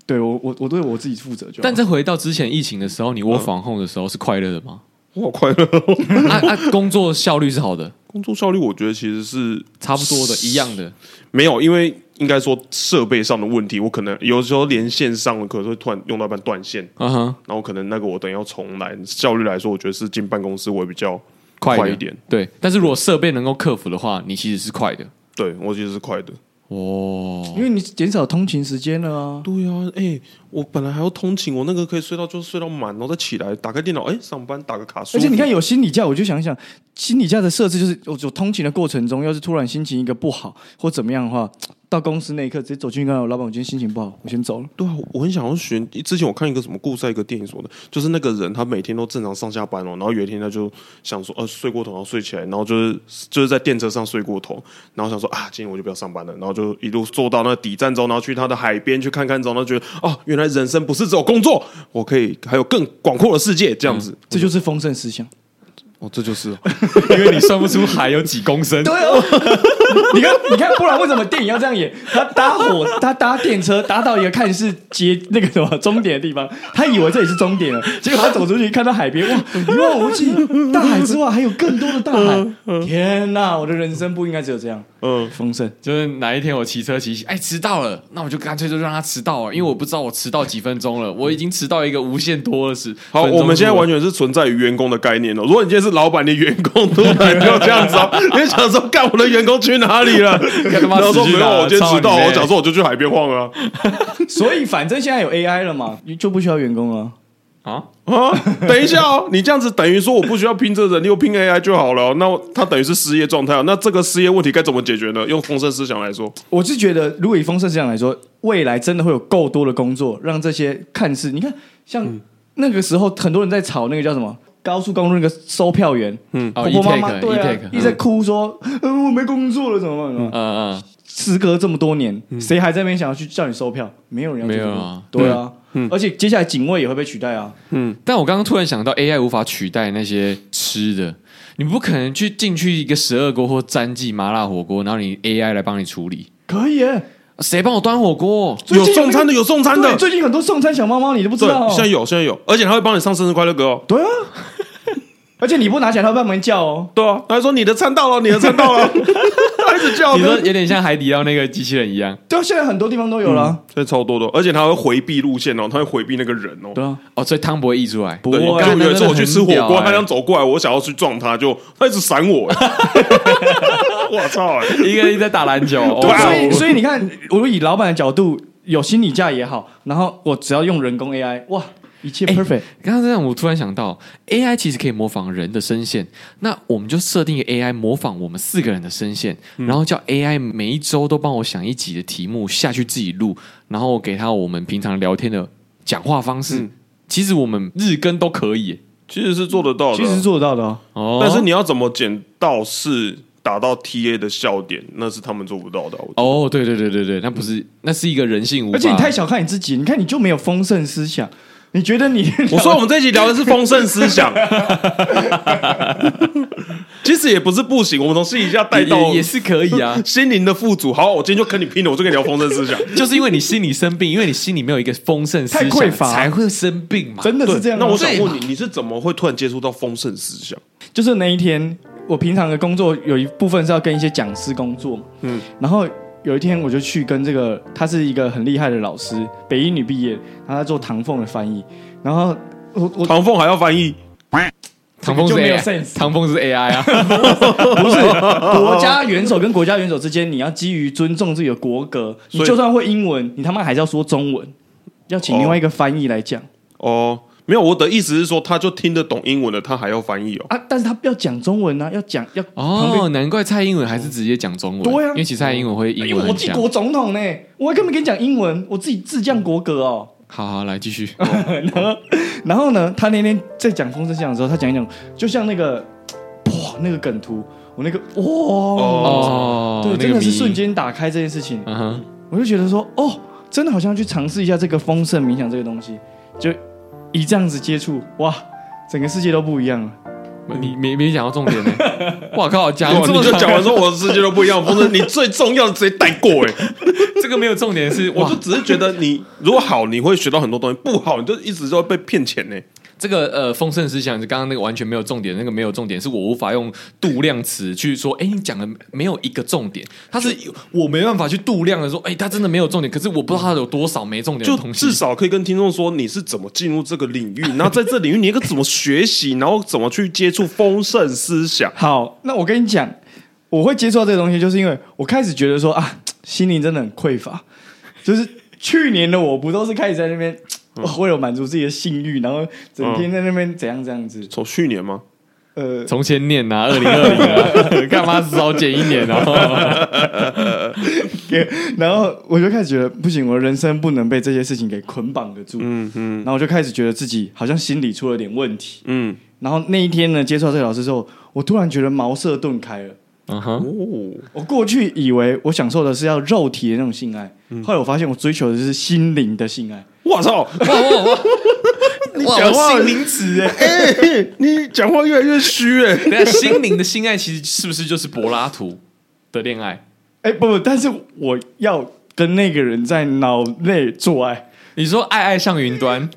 Speaker 4: 对我我我对我自己负责就好。
Speaker 3: 但再回到之前疫情的时候，你窝防控的时候是快乐的 吗？
Speaker 2: 我好快乐、 哦，
Speaker 3: 啊啊，工作效率是好的，
Speaker 2: 工作效率我觉得其实是
Speaker 3: 差不多的，一样的。
Speaker 2: 没有，因为应该说设备上的问题，我可能有时候连线上了，可能会突然用到一半断线，
Speaker 3: 嗯哼，
Speaker 2: 然后可能那个我等要重来。效率来说，我觉得是进办公室我会比较
Speaker 3: 快
Speaker 2: 快
Speaker 3: 的
Speaker 2: 一点。
Speaker 3: 对，但是如果设备能够克服的话，你其实是快的。
Speaker 2: 对我其实是快的。
Speaker 3: 哦，
Speaker 4: 因为你减少通勤时间了啊。
Speaker 2: 对啊，哎、我本来还要通勤，我那个可以睡到就睡到满，然后再起来打开电脑，哎、上班打个卡。舒服
Speaker 4: 而且你看，有心理假，我就想想，心理假的设置就是，我我通勤的过程中，要是突然心情一个不好或怎么样的话，到公司那一刻直接走进去跟他说老板，我今天心情不好，我先走了。
Speaker 2: 对啊，我很想要学。之前我看一个什么故事，一个电影什么的，就是那个人他每天都正常上下班哦，然后有一天他就想说，呃，睡过头，然后睡起来，然后就是就是在电车上睡过头，然后想说啊，今天我就不要上班了，然后就一路坐到那底站之后，然后去他的海边去看看之后，然后觉得哦，原来人生不是只有工作，我可以还有更广阔的世界这样子。
Speaker 4: 这就是丰盛思想。
Speaker 2: 嗯哦，这就是哦
Speaker 3: 因为你算不出海有几公升。
Speaker 4: 对哦， 你看，你看，不然为什么电影要这样演？他搭火，他搭电车，搭到一个看似接那个什么终点的地方，他以为这里是终点了，结果他走出去看到海边，哇，一望无际，大海之外还有更多的大海。天哪，我的人生不应该只有这样，
Speaker 2: 嗯，
Speaker 4: 丰盛。
Speaker 3: 就是哪一天我骑车骑骑，哎，迟到了，那我就干脆就让他迟到啊，因为我不知道我迟到几分钟了，我已经迟到一个无限多的时。
Speaker 2: 好，
Speaker 3: 分钟
Speaker 2: 我们现在
Speaker 3: 数了
Speaker 2: 完全是存在于员工的概念哦。如果你今天是老板，你员工突然就这样子哦，你想说干我的员工去哪里了？
Speaker 3: 干他妈
Speaker 2: 然后说
Speaker 3: 死去
Speaker 2: 没有，
Speaker 3: 哪
Speaker 2: 我今天迟到，
Speaker 3: 操你妹
Speaker 2: 我想说我就去海边晃啊。
Speaker 4: 所以反正现在有 AI 了嘛，就不需要员工了。
Speaker 3: 啊，
Speaker 2: 啊， 等一下哦，你这样子等于说我不需要拼这人力，我拼 AI 就好了哦、那他等于是失业状态、哦，那这个失业问题该怎么解决呢？用丰盛思想来说，
Speaker 4: 我是觉得，如果以丰盛市场来说，未来真的会有够多的工作，让这些看似你看像那个时候，很多人在炒那个叫什么高速公路那个售票员，嗯，
Speaker 3: 哦
Speaker 4: 婆婆妈妈
Speaker 3: E-take，
Speaker 4: 对啊
Speaker 3: E-take，，
Speaker 4: 一直在哭说，嗯，我没工作了，怎么办？怎么办
Speaker 3: 嗯
Speaker 4: 时隔这么多年，谁还在那边想要去叫你售票？没有人要做这个
Speaker 3: 没有啊
Speaker 4: 对啊，而且接下来警卫也会被取代啊，
Speaker 3: 嗯。但我刚刚突然想到，AI 无法取代那些吃的，你不可能去进去一个十二锅或詹记麻辣火锅，然后你 AI 来帮你处理。
Speaker 4: 可以耶，
Speaker 3: 谁帮我端火锅？
Speaker 4: 最
Speaker 2: 有
Speaker 4: 近
Speaker 2: 送餐
Speaker 4: 那
Speaker 2: 的，
Speaker 4: 个
Speaker 2: 有送餐的
Speaker 4: 对，最近很多送餐小猫猫，你都不知
Speaker 2: 对
Speaker 4: 道哦，，
Speaker 2: 嗯现在
Speaker 3: 啊
Speaker 2: 有，现在有，而且他会帮你唱生日快乐歌哦。
Speaker 4: 对啊， 而且你不拿起来，他会帮忙叫哦。
Speaker 2: 对啊，他还说你的餐到了，你的餐到 了，他一直叫
Speaker 3: 你
Speaker 2: 呢
Speaker 3: 说有点像海底捞那个机器人一样，
Speaker 4: 对啊，现在很多地方都有啦。
Speaker 2: 所以啊超多的，而且他会回避路线哦，他会回避那个人哦。
Speaker 4: 对啊，
Speaker 3: 哦，所以汤不会溢出来。
Speaker 4: 不
Speaker 2: 对，
Speaker 4: 会
Speaker 2: 就有一次我去吃火
Speaker 3: 那真的很
Speaker 2: 锅，
Speaker 3: 屌欸
Speaker 2: 他想走过来，我想要去撞他，就他一直闪我， 欸我操！欸
Speaker 3: 一个人在打篮 球，
Speaker 4: 对，
Speaker 2: 哇
Speaker 4: 所
Speaker 2: 哦
Speaker 4: 以所以你看，我以老板的角度，有心理价也好，然后我只要用人工 AI，哇，一切
Speaker 3: 哎
Speaker 4: perfect。
Speaker 3: 刚刚这样，我突然想到，AI 其实可以模仿人的声线，那我们就设定一个 AI 模仿我们四个人的声线，
Speaker 4: 嗯
Speaker 3: 然后叫 AI 每一周都帮我想一集的题目下去自己录，然后给他我们平常聊天的讲话方式。
Speaker 4: 嗯
Speaker 3: 其实我们日更都可以
Speaker 2: 其实是做得到的，啊
Speaker 4: 其实是做得到的哦。
Speaker 3: 哦，
Speaker 2: 但是你要怎么剪到是达到 TA 的笑点，那是他们做不到的。我
Speaker 3: 哦，对对对对对，那不是那是一个人性无法，
Speaker 4: 而且你太小看你自己，你看你就没有丰盛思想，你觉得你
Speaker 2: 我说我们这一集聊的是丰盛思想， 其实也不是不行，我们从私底下带
Speaker 3: 也
Speaker 2: 到。
Speaker 3: 也也是可以 啊
Speaker 2: 心灵的富足。好，我今天就跟你拼了，我就跟你聊丰盛 思想。
Speaker 3: 就是因为你心里生病，因为你心里没有一个丰盛思
Speaker 4: 太匮
Speaker 3: 想，
Speaker 4: 乏
Speaker 3: 才会生病嘛。
Speaker 4: 真的是这样吗。
Speaker 2: 那我想
Speaker 3: 对嘛
Speaker 2: 问你，你是怎么会突然接触到丰盛思想？
Speaker 4: 就是那一天，我平常的工作有一部分是要跟一些讲师工作，嗯，然后有一天我就去跟这个，他是一个很厉害的老师，北一女毕业，然后他做唐凤的翻译，然后我我
Speaker 2: 唐凤还要翻译，
Speaker 3: 唐风是
Speaker 4: 就没有
Speaker 3: AI，
Speaker 4: sense
Speaker 3: 唐风是 AI 啊，
Speaker 4: 不是 国家元首跟国家元首之间，你要基于尊重自己的国格，你
Speaker 2: 所以
Speaker 4: 就算会英文，你他妈还是要说中文，要请另外一个翻译来讲、
Speaker 2: 哦，没有，我的意思是说，他就听得懂英文的，他还要翻译哦。
Speaker 4: 啊。但是他要讲中文啊，要讲要旁边
Speaker 3: 哦，难怪蔡英文还是直接讲中文，
Speaker 4: 对啊
Speaker 3: 因为其实蔡英文会英
Speaker 4: 因为
Speaker 3: 文
Speaker 4: 哎我
Speaker 3: 很
Speaker 4: 自己
Speaker 3: 强。
Speaker 4: 国总统呢，我还根本跟你讲英文，我自己自降国格哦。
Speaker 3: 好好来继续，
Speaker 4: 然后呢，他那天在讲风声像的时候，他讲一讲，就像那个哇那个梗图，我那个哇，
Speaker 3: 哦
Speaker 4: 对，
Speaker 3: 那个
Speaker 4: 真的是
Speaker 3: 迷
Speaker 4: 瞬间打开这件事情。
Speaker 3: 嗯哼，
Speaker 4: 我就觉得说，哦，真的好像去尝试一下这个丰盛冥想这个东西，就一这样子接触，哇，整个世界都不一样了。
Speaker 3: 你没没讲到重 点呢，我靠，讲
Speaker 2: 哇
Speaker 3: 这
Speaker 2: 啊你
Speaker 3: 么
Speaker 2: 就
Speaker 3: 长
Speaker 2: 讲完说，我的世界都不一样。 丰盛，你最重要的直接带过哎、
Speaker 3: 这个没有重点是，
Speaker 2: 我
Speaker 3: 哇
Speaker 2: 就，只是觉得你如果好，你会学到很多东西；不好，你就一直都被骗钱呢、
Speaker 3: 这个呃丰盛思想是刚刚那个完全没有重点，那个没有重点是我无法用度量词去说，哎，你讲的没有一个重点，它是我没办法去度量的说，哎，它真的没有重点，可是我不知道它有多少没重点
Speaker 2: 就
Speaker 3: 的东西
Speaker 2: 至。少可以跟听众说你是怎么进入这个领域，然后在这领域你该怎么学习，然后怎么去接触丰盛思想。
Speaker 4: 好，那我跟你讲，我会接触到这个东西，就是因为我开始觉得说啊，心灵真的很匮乏，就是去年的我不都是开始在那边。哇为了满足自己的性欲，然后整天在那边怎样怎样子，
Speaker 2: 从去年吗？
Speaker 4: 呃，
Speaker 3: 从前念啊，二零二 零啊，干嘛少减一年啊？
Speaker 4: 然后我就开始觉得不行，我的人生不能被这些事情给捆绑得住。嗯嗯，然后我就开始觉得自己好像心理出了点问题。
Speaker 2: 嗯，
Speaker 4: 然后那一天呢，接触到这个老师之后，我突然觉得茅塞顿开了。
Speaker 3: 嗯哼，
Speaker 2: 哦，
Speaker 4: 我过去以为我享受的是要肉体的那种 性爱，后来我发现我追求的是心灵的性爱。
Speaker 2: 我操！
Speaker 3: 哇哇哇！
Speaker 2: 你
Speaker 6: 哇
Speaker 2: 讲话
Speaker 6: 心灵子哎，
Speaker 2: 哎、你讲话越来越虚哎、
Speaker 3: 等一下心灵的性爱其实是不是就是柏拉图的恋爱？
Speaker 4: 哎、不，但是我要跟那个人在脑内做爱，
Speaker 3: 你说《爱爱上云端》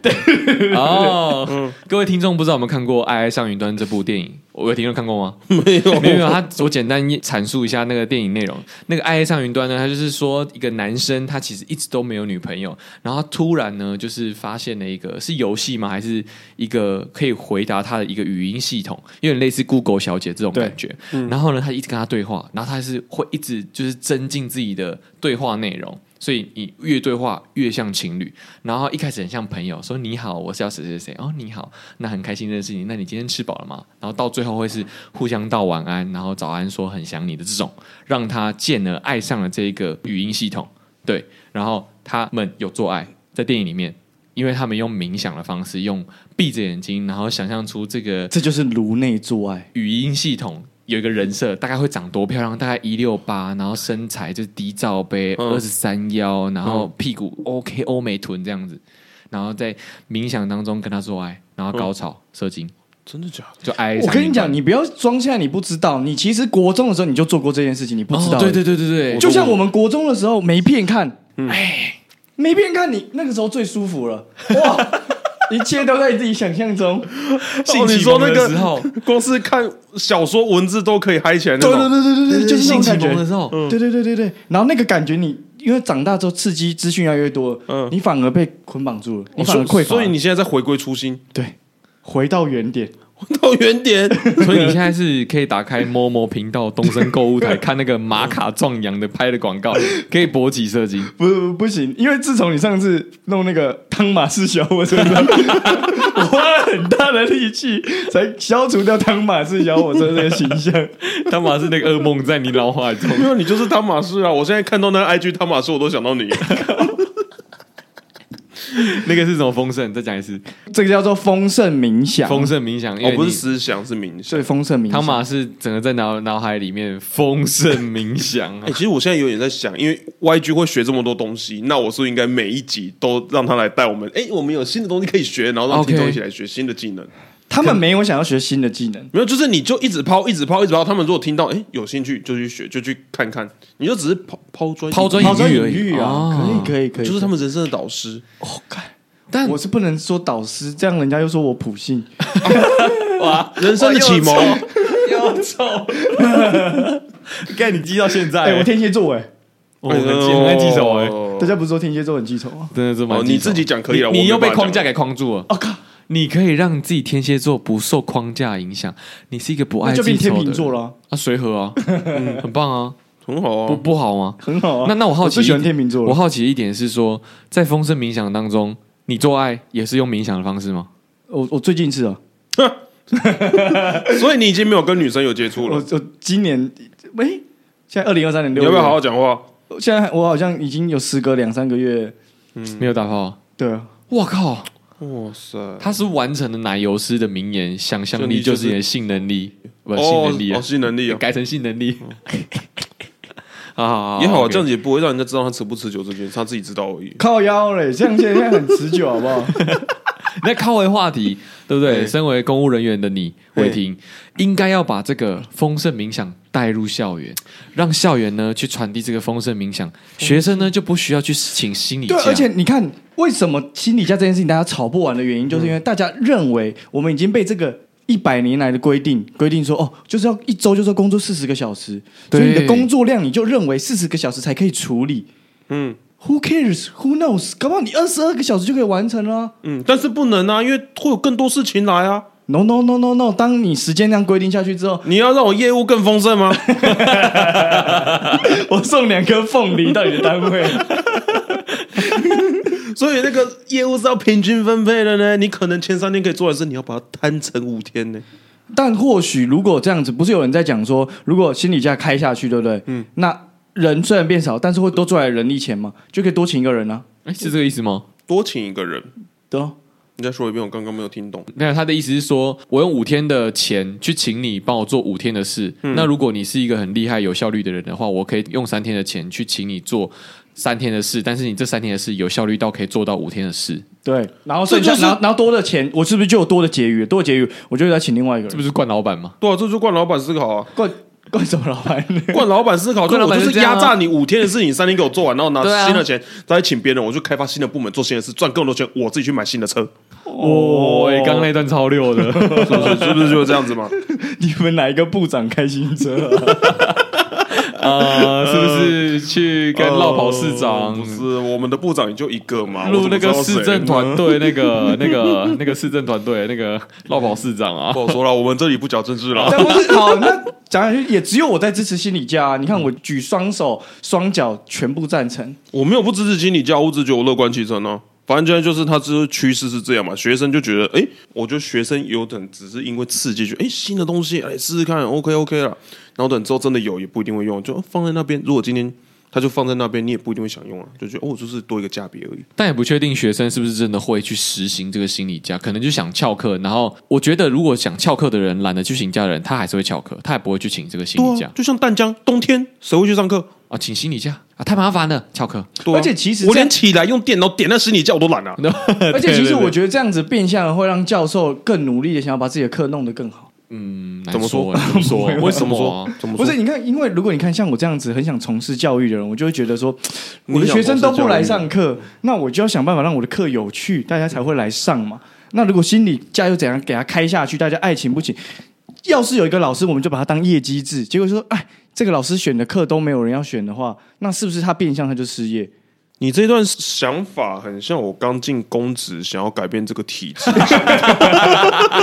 Speaker 3: 哦，各位听众不知道有没有看过《爱爱上云端》这部电影？我有听众看过吗？没有，没有。他我简单阐述一下那个电影内容。那个《爱爱上云端》呢，他就是说一个男生他其实一直都没有女朋友，然后他突然呢就是发现了一个是游戏吗？还是一个可以回答他的一个语音系统，有点类似 Google 小姐这种
Speaker 4: 对
Speaker 3: 感觉。然后呢，他一直跟他对话，然后他是会一直就是增进自己的对话内容。所以你越对话越像情侣，然后一开始很像朋友，说你好，我是要谁谁谁，哦你好，那很开心认识你，那你今天吃饱了吗？然后到最后会是互相道晚安，然后早安说很想你的这种，让他见了爱上了这一个语音系统，对，然后他们有做爱，在电影里面，因为他们用冥想的方式，用闭着眼睛，然后想象出这个
Speaker 4: 这就是颅内做爱。
Speaker 3: 语音系统有一个人设，大概会长多漂亮？大概一六八，然后身材就是低罩杯，
Speaker 2: 嗯
Speaker 3: 二十三腰，然后屁股 OK 欧美臀这样子，然后在冥想当中跟他做爱，然后高潮射精，
Speaker 2: 真的假的？
Speaker 3: 就爱上一
Speaker 4: 我
Speaker 3: 半。
Speaker 4: 跟你讲，你不要装现在你不知道，你其实国中的时候你就做过这件事情，你不知道、
Speaker 3: 哦，对对，对对对，
Speaker 4: 就像我们国中的时候没片看，哎、没片看你那个时候最舒服了，哇，一切都在自己想象中。
Speaker 2: 哦，你说那
Speaker 3: 性启蒙的时 候
Speaker 2: 个光是看小说文字都可以嗨起来那
Speaker 4: 对
Speaker 2: 种，
Speaker 4: 对对对对对，就是那
Speaker 3: 性
Speaker 4: 种
Speaker 3: 启
Speaker 4: 感
Speaker 3: 蒙的时
Speaker 4: 觉。
Speaker 3: 候，
Speaker 4: 对对对对对，然后那个感觉你，因为长大之后刺激资讯越来越多，
Speaker 2: 嗯
Speaker 4: 你反而被捆绑住了，你
Speaker 2: 哦
Speaker 4: 反而
Speaker 2: 所以
Speaker 4: 匮乏。
Speaker 2: 所以你现在在回归初 心，
Speaker 4: 对回到原点，
Speaker 2: 到原点。
Speaker 3: 所以你现在是可以打开某某频道东森购物台看那个玛卡壮阳的拍的广 告，可以勃起射精。
Speaker 4: 不不不行，因为自从你上次弄那个汤马士小火车站，我花了很大的力气才消除掉汤马士小火车这个形象。
Speaker 3: 他妈是那个噩梦在你脑海中。
Speaker 2: 没有，你就是汤马士啊！我现在看到那个 IG 汤马士，我都想到你。
Speaker 3: 那个是什么丰盛？再讲一次，
Speaker 4: 这个叫做丰盛冥想，
Speaker 3: 丰盛冥 想。因
Speaker 2: 哦
Speaker 3: 为，
Speaker 2: 不是
Speaker 3: 你
Speaker 2: 思想，是冥想
Speaker 4: 对。丰盛冥想。
Speaker 3: 汤马是整个在脑脑海里面丰盛冥想啊
Speaker 2: 哎、。其实我现在有点在想，因为 YG 会学这么多东西，那我是不是应该每一集都让他来带我们。哎、我们有新的东西可以学，然后让
Speaker 3: OK
Speaker 2: 听众一起来学新的技能。
Speaker 4: 他们没有想要学新的技能，
Speaker 2: 没有，就是你就一直抛，一直抛，一直抛。他们如果听到，哎、有兴趣就去学，就去看看。你就只是抛抛砖引玉
Speaker 3: 抛砖
Speaker 4: 抛砖引
Speaker 3: 而已
Speaker 4: 玉啊，可
Speaker 3: 哦
Speaker 4: 以可以可以，
Speaker 2: 就是他们人生的导 师。
Speaker 3: 但
Speaker 4: 哦我是不能说导师，这样人家又说我普信。
Speaker 2: 人生的启蒙，
Speaker 3: 要臭， 看你记到现在
Speaker 4: 哎、我天蝎座哎、
Speaker 3: 我
Speaker 2: 哦
Speaker 3: 很记很爱记仇哎，
Speaker 4: 大家不是说天蝎座很记仇啊吗？
Speaker 3: 真的是蛮
Speaker 2: 哦
Speaker 3: 记仇
Speaker 2: 你自己讲可以
Speaker 3: 你
Speaker 2: 了我
Speaker 3: 你
Speaker 2: 没
Speaker 3: 又被
Speaker 2: 办法
Speaker 3: 框架给框住了。
Speaker 4: 哦靠，
Speaker 3: 你可以让自己天蝎座不受框架影响，你是一个不爱
Speaker 4: 那就
Speaker 3: 记
Speaker 4: 变
Speaker 3: 仇的
Speaker 4: 天
Speaker 3: 人
Speaker 4: 秤座了，
Speaker 3: 啊，随和 啊，嗯很棒啊，
Speaker 2: 很好
Speaker 3: 不
Speaker 2: 啊。
Speaker 3: 不好吗？
Speaker 4: 很好啊。
Speaker 3: 那那哦我好奇一
Speaker 4: 最
Speaker 3: 点，
Speaker 4: 喜欢天秤座
Speaker 3: 我
Speaker 4: 了。
Speaker 3: 好奇一点是说，在风声冥想当中，你做爱也是用冥想的方式吗？
Speaker 4: 我我最近是啊，
Speaker 2: 所以你已经没有跟女生有接触
Speaker 4: 我
Speaker 2: 了。
Speaker 4: 我今年喂、现在二零二三年
Speaker 2: 你
Speaker 4: 六
Speaker 2: 要
Speaker 4: 月，
Speaker 2: 不要好好讲话？
Speaker 4: 好？现在我好像已经有时隔两三个月，
Speaker 3: 没有打炮啊。
Speaker 4: 对啊，
Speaker 3: 我靠，
Speaker 2: 哇塞！
Speaker 3: 他是完成了奶油师的名言：想象力就是你的性能力，不性
Speaker 2: 哦
Speaker 3: 能力啊
Speaker 2: 哦，，性能力 啊，
Speaker 3: 改成性能力。啊，好
Speaker 2: 也好啊，
Speaker 3: ，OK
Speaker 2: 这样子也不会让人家知道他持不持久这件事，他自己知道而已。
Speaker 4: 靠腰嘞，这样现在很持久，好不好？
Speaker 3: 那靠回话题，对不对？身为公务人员的你，伟霆应该要把这个丰盛冥想带入校园，让校园呢去传递这个丰盛冥想，学生呢就不需要去请心理假
Speaker 4: 对，，而且你看，为什么心理价这件事情大家吵不完的原因，就是因为大家认为我们已经被这个一百年来的规定规定说，哦，就是要一周就是要工作四十个小时，所
Speaker 3: 对
Speaker 4: 以你的工作量你就认为四十个小时才可以处理。嗯，Who cares? Who knows? 搞不好你二十二个小时就可以完成了啊、
Speaker 2: 嗯，但是不能啊，因为会有更多事情来啊。
Speaker 4: No no no no no！当你时间量规定下去之后，
Speaker 2: 你要让我业务更丰盛 吗？
Speaker 4: 我送两颗凤梨到你的单位。
Speaker 2: 所以那个业务是要平均分配的呢。你可能前三天可以做完事，你要把它摊成五天呢。
Speaker 4: 但或许如果这样子，不是有人在讲说，如果心理价开下去，对不对？嗯，那人虽然变少，但是会多出来的人力钱嘛，就可以多请一个人啊，
Speaker 3: 哎是这个意思吗？
Speaker 2: 多请一个人，
Speaker 4: 对哦。
Speaker 2: 你再说一遍，我刚刚没有听懂。
Speaker 3: 没有，他的意思是说，我用五天的钱去请你帮我做五天的事。
Speaker 4: 嗯
Speaker 3: 那如果你是一个很厉害、有效率的人的话，我可以用三天的钱去请你做三天的事，但是你这三天的事有效率到可以做到五天的事。
Speaker 4: 对，然后剩
Speaker 2: 这
Speaker 4: 下，
Speaker 2: 就是
Speaker 4: 然后然后多的钱，我是不是就有多的结余？多的结余，我就再请另外一个
Speaker 3: 这
Speaker 4: 人
Speaker 3: 不。是惯老板吗？
Speaker 2: 对啊，这就是惯老板思考啊，
Speaker 4: 怪怪什么老板？
Speaker 2: 惯老板思考，
Speaker 6: 惯老板
Speaker 2: 我就是是
Speaker 6: 这样啊
Speaker 2: 压榨你五天的事情，你三天给我做完，然后拿
Speaker 6: 对啊
Speaker 2: 新的钱，再请别人，我去开发新的部门做新的事，赚更多钱，我自己去买新的车，
Speaker 3: 哦，哎刚刚那段超溜的，
Speaker 2: 是不是？ 是不是就是这样子嘛？
Speaker 4: 你们哪一个部长开新车、 啊？
Speaker 3: 啊，是不是去 跟绕跑市
Speaker 2: 呃
Speaker 3: 长
Speaker 2: 不是我们的部长也就一个嘛，
Speaker 3: 录那个
Speaker 2: 我怎么
Speaker 3: 市
Speaker 2: 知道谁
Speaker 3: 政
Speaker 2: 呢
Speaker 3: 团队，那个 那个那个市政团队那个绕跑市长啊
Speaker 2: 不，好说了，我们这里不讲政治了。
Speaker 4: 但不是好，那讲下去也只有我在支持心理家、啊。你看我举双手双脚全部 赞成，
Speaker 2: 我没有不支持经理教，我只觉得我乐观其成呢、反正现在就是它这趋势是这样嘛，学生就觉得，哎，我觉得学生有等只是因为刺激，就哎新的东西，哎试试看，OK OK 了。然后等之后真的有，也不一定会用，就哦放在那边。如果今天他就放在那边，你也不一定会想用啊，就觉得哦，就是多一个价别而已。
Speaker 3: 但也不确定学生是不是真的会去实行这个心理假，可能就想翘课。然后我觉得，如果想翘课的人懒得去请假的人，他还是会翘课，他也不会去请这个心理
Speaker 2: 对
Speaker 3: 假
Speaker 2: 啊，就像淡江，冬天谁会去上课？
Speaker 3: 啊，请心理假啊，太麻烦了，翘课。
Speaker 2: 对啊
Speaker 4: 而且其实
Speaker 2: 我
Speaker 4: 这样
Speaker 2: 连起来用电脑点那心理教我都懒啊。
Speaker 4: 而且其实我觉得这样子变相会让教授更努力的想要把自己的课弄得更好。
Speaker 3: 嗯，
Speaker 2: 怎么
Speaker 3: 说
Speaker 2: 说
Speaker 3: 欸？怎么说？ 为什
Speaker 2: 怎么
Speaker 3: 么
Speaker 2: 说
Speaker 3: 啊？？
Speaker 2: 怎么
Speaker 4: 不
Speaker 2: 说？
Speaker 4: 是，你看，因为如果你看像我这样子很想从事教育的人，我就会觉得说，
Speaker 2: 你
Speaker 4: 我的
Speaker 2: 想
Speaker 4: 学生都不来上
Speaker 2: 从
Speaker 4: 课，那我就要想办法让我的课有趣，大家才会来上嘛。那如果心理假又怎样给他开下去，大家爱情不行。要是有一个老师，我们就把他当业绩制，结果说，哎，这个老师选的课都没有人要选的话，那是不是他变相他就失业？
Speaker 2: 你这段想法很像我刚进公职，想要改变这个体制。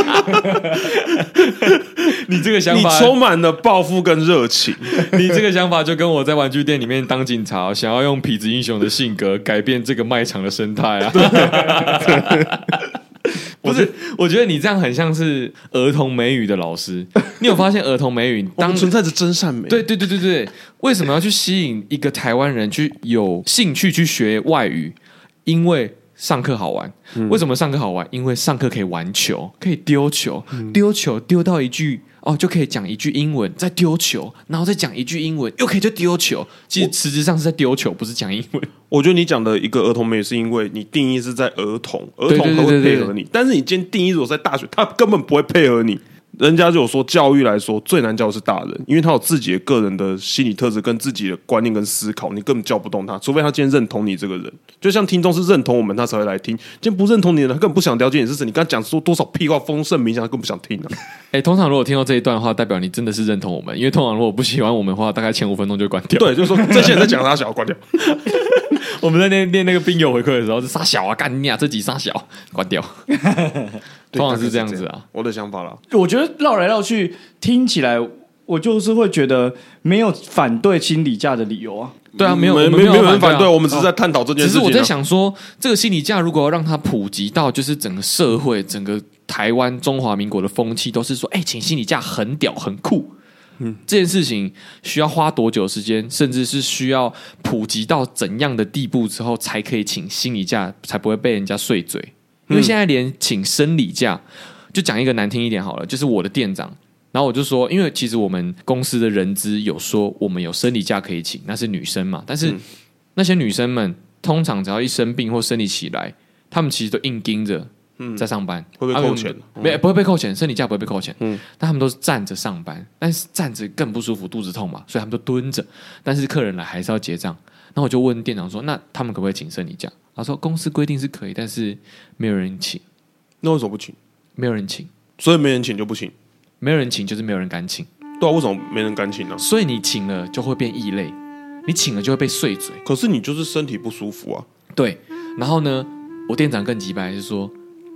Speaker 3: 你这个想
Speaker 2: 你
Speaker 3: 法，
Speaker 2: 充满了报复跟热情，
Speaker 3: 你这个想法就跟我在玩具店里面当警察，想要用痞子英雄的性格改变这个卖场的生态啊。 不是，我觉得你这样很像是儿童美语的老师。你有发现儿童美语
Speaker 2: 当
Speaker 3: 当
Speaker 2: 存在着真善美。
Speaker 3: 对对对对对，为什么要去吸引一个台湾人去有兴趣去学外语？因为上课好玩。为什么上课好玩？因为上课可以玩球，可以丢球，丢球丢到一句。哦，就可以讲一句英文，再丢球，然后再讲一句英文，又可以再丢球。其实实质上是在丢球，不是讲英文。
Speaker 2: 我觉得你讲的一个儿童美，是因为你定义是在儿童，儿童他
Speaker 3: 对对对
Speaker 2: 会
Speaker 3: 对
Speaker 2: 配合你。但是你今天定义如果在大学，他根本不会配合你。人家就有说，教育来说最难教的是大人，因为他有自己的个人的心理特质、跟自己的观念跟思考，你根本教不动他，除非他今天认同你这个人。就像听众是认同我们，他才会来听；今天不认同你的人，他根本不想了解你是谁。你刚讲说多少屁话、丰盛冥想，他根本不想听啊。
Speaker 3: 哎，通常如果听到这一段的话，代表你真的是认同我们，因为通常如果不喜欢我们的话，大概前五分钟就会关掉。
Speaker 2: 对，就是说这些人在讲他，想要关掉。
Speaker 3: 我们在练练那个病友回馈的时候，是傻小啊，干你啊，这集傻小，关掉。 通常
Speaker 2: 对大概
Speaker 3: 是
Speaker 2: 是
Speaker 3: 这样子啊。
Speaker 2: 我的想法啦。
Speaker 4: 我觉得绕来绕去，听起来我就是会觉得没有反对心理假的理由啊。
Speaker 3: 对啊，没有，我
Speaker 2: 没
Speaker 3: 们
Speaker 2: 没有人
Speaker 3: 反
Speaker 2: 反对，
Speaker 3: 啊
Speaker 2: 我们只是在探讨这件
Speaker 3: 只
Speaker 2: 事
Speaker 3: 是
Speaker 2: 情啊。
Speaker 3: 我在想说，这个心理假如果要让它普及到就是整个社会、整个台湾中华民国的风气，都是说，哎、请心理假很屌、很酷。嗯，这件事情需要花多久时间，甚至是需要普及到怎样的地步之后，才可以请心理假，才不会被人家碎嘴？
Speaker 2: 嗯
Speaker 3: 因为现在连请生理假，就讲一个难听一点好了，就是我的店长。然后我就说，因为其实我们公司的人资有说我们有生理假可以请，那是女生嘛，但是
Speaker 2: 嗯
Speaker 3: 那些女生们通常只要一生病或生理起来，她们其实都硬盯着在上班，
Speaker 2: 嗯会被
Speaker 3: 她们
Speaker 2: 扣钱嗯
Speaker 3: 没不会被扣钱，生理假不会被扣钱，但她们都是站着上班，但是站着更不舒服，肚子痛嘛，所以她们都蹲着，但是客人来还是要结账。那我就问店长说，那他们可不可以请生理假？他说公司规定是可以，但是没有人请，
Speaker 2: 那为什么不请？
Speaker 3: 没有人请，
Speaker 2: 所以没人请就不请。
Speaker 3: 没有人请就是没有人敢请，
Speaker 2: 对啊，为什么没人敢请呢、
Speaker 3: 所以你请了就会变异类，你请了就会被碎嘴。
Speaker 2: 可是你就是身体不舒服啊，
Speaker 3: 对，然后呢，我店长更急白，就说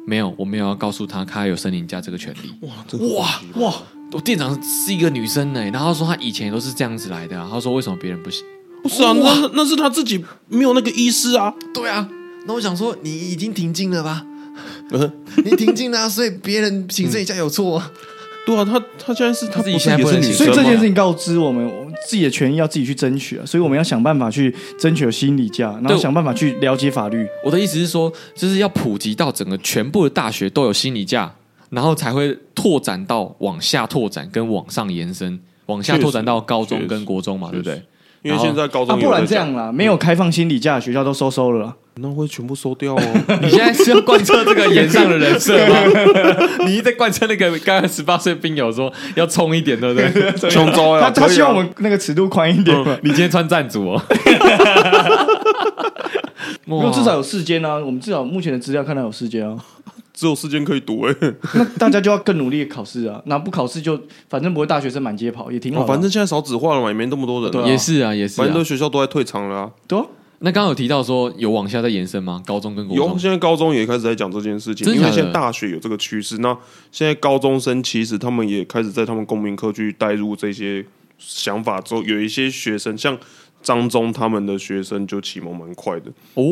Speaker 3: 没有，我没有要告诉他，他有申请假这个权利。
Speaker 2: 哇，
Speaker 3: 我店长是一个女生呢、然后她说她以前也都是这样子来的、啊，她说为什么别人不行？
Speaker 2: 不是啊，那那是他自己没有那个意识啊。
Speaker 3: 对啊，那我想说你已经停经了吧？
Speaker 2: 呃
Speaker 3: 你停经了、所以别人请这一假有错、啊。
Speaker 2: 对啊，他他现在是他
Speaker 3: 自己
Speaker 2: 不是
Speaker 3: 现在
Speaker 2: 也
Speaker 3: 不
Speaker 2: 是
Speaker 3: 能
Speaker 2: 女
Speaker 3: 请
Speaker 4: 所
Speaker 2: 生
Speaker 4: 以
Speaker 2: 吗？
Speaker 4: 这件事情告知我们，我们自己的权益要自己去争取啊。所以我们要想办法去争取有心理假，然后
Speaker 3: 对
Speaker 4: 想办法去了解法律。
Speaker 3: 我的意思是说，就是要普及到整个全部的大学都有心理假，然后才会拓展到往下拓展跟往上延伸，往下拓展到高中跟国中嘛，对不对？
Speaker 2: 因为现在高
Speaker 4: 啊，
Speaker 2: 中有嗯
Speaker 4: 不
Speaker 2: 的
Speaker 4: 然这
Speaker 2: 讲
Speaker 4: 样，啦，没有开放心理假的学校都收收了啦。
Speaker 2: 那会全部收掉 哦。
Speaker 3: 你现在是要贯彻这个岩上的人设吗？你一直在贯彻那个刚刚十八岁兵友说要冲一点，对不对？
Speaker 2: 琼州呀，
Speaker 4: 他他
Speaker 2: 可以啊嗯
Speaker 4: 希望我们那个尺度宽一点嘛，
Speaker 3: 你今天穿战组哦，
Speaker 4: 因为至少有四间啊，我们至少目前的资料看到有四间啊，
Speaker 2: 只有四间可以读哎、
Speaker 4: 那大家就要更努力考试啊，那不考试就反正不会大学生满街跑，也 挺好的啊、
Speaker 2: 哦反正现在少子化了嘛，也没那么多人、
Speaker 4: 对啊
Speaker 3: 也是啊，也是
Speaker 2: 反正
Speaker 3: 啊
Speaker 2: 都。学校都在退场了啊。
Speaker 4: 对啊、
Speaker 3: 那刚刚有提到说有往下再延伸吗？高中跟国
Speaker 2: 有，
Speaker 3: 中
Speaker 2: 现在高中也开始在讲这件事情，
Speaker 3: 真的
Speaker 2: 因
Speaker 3: 假
Speaker 2: 为
Speaker 3: 的
Speaker 2: 现在大学有这个趋势，那现在高中生其实他们也开始在他们公民课去带入这些想法之后，有一些学生像张忠他们的学生就启蒙蛮快的，
Speaker 3: 哦，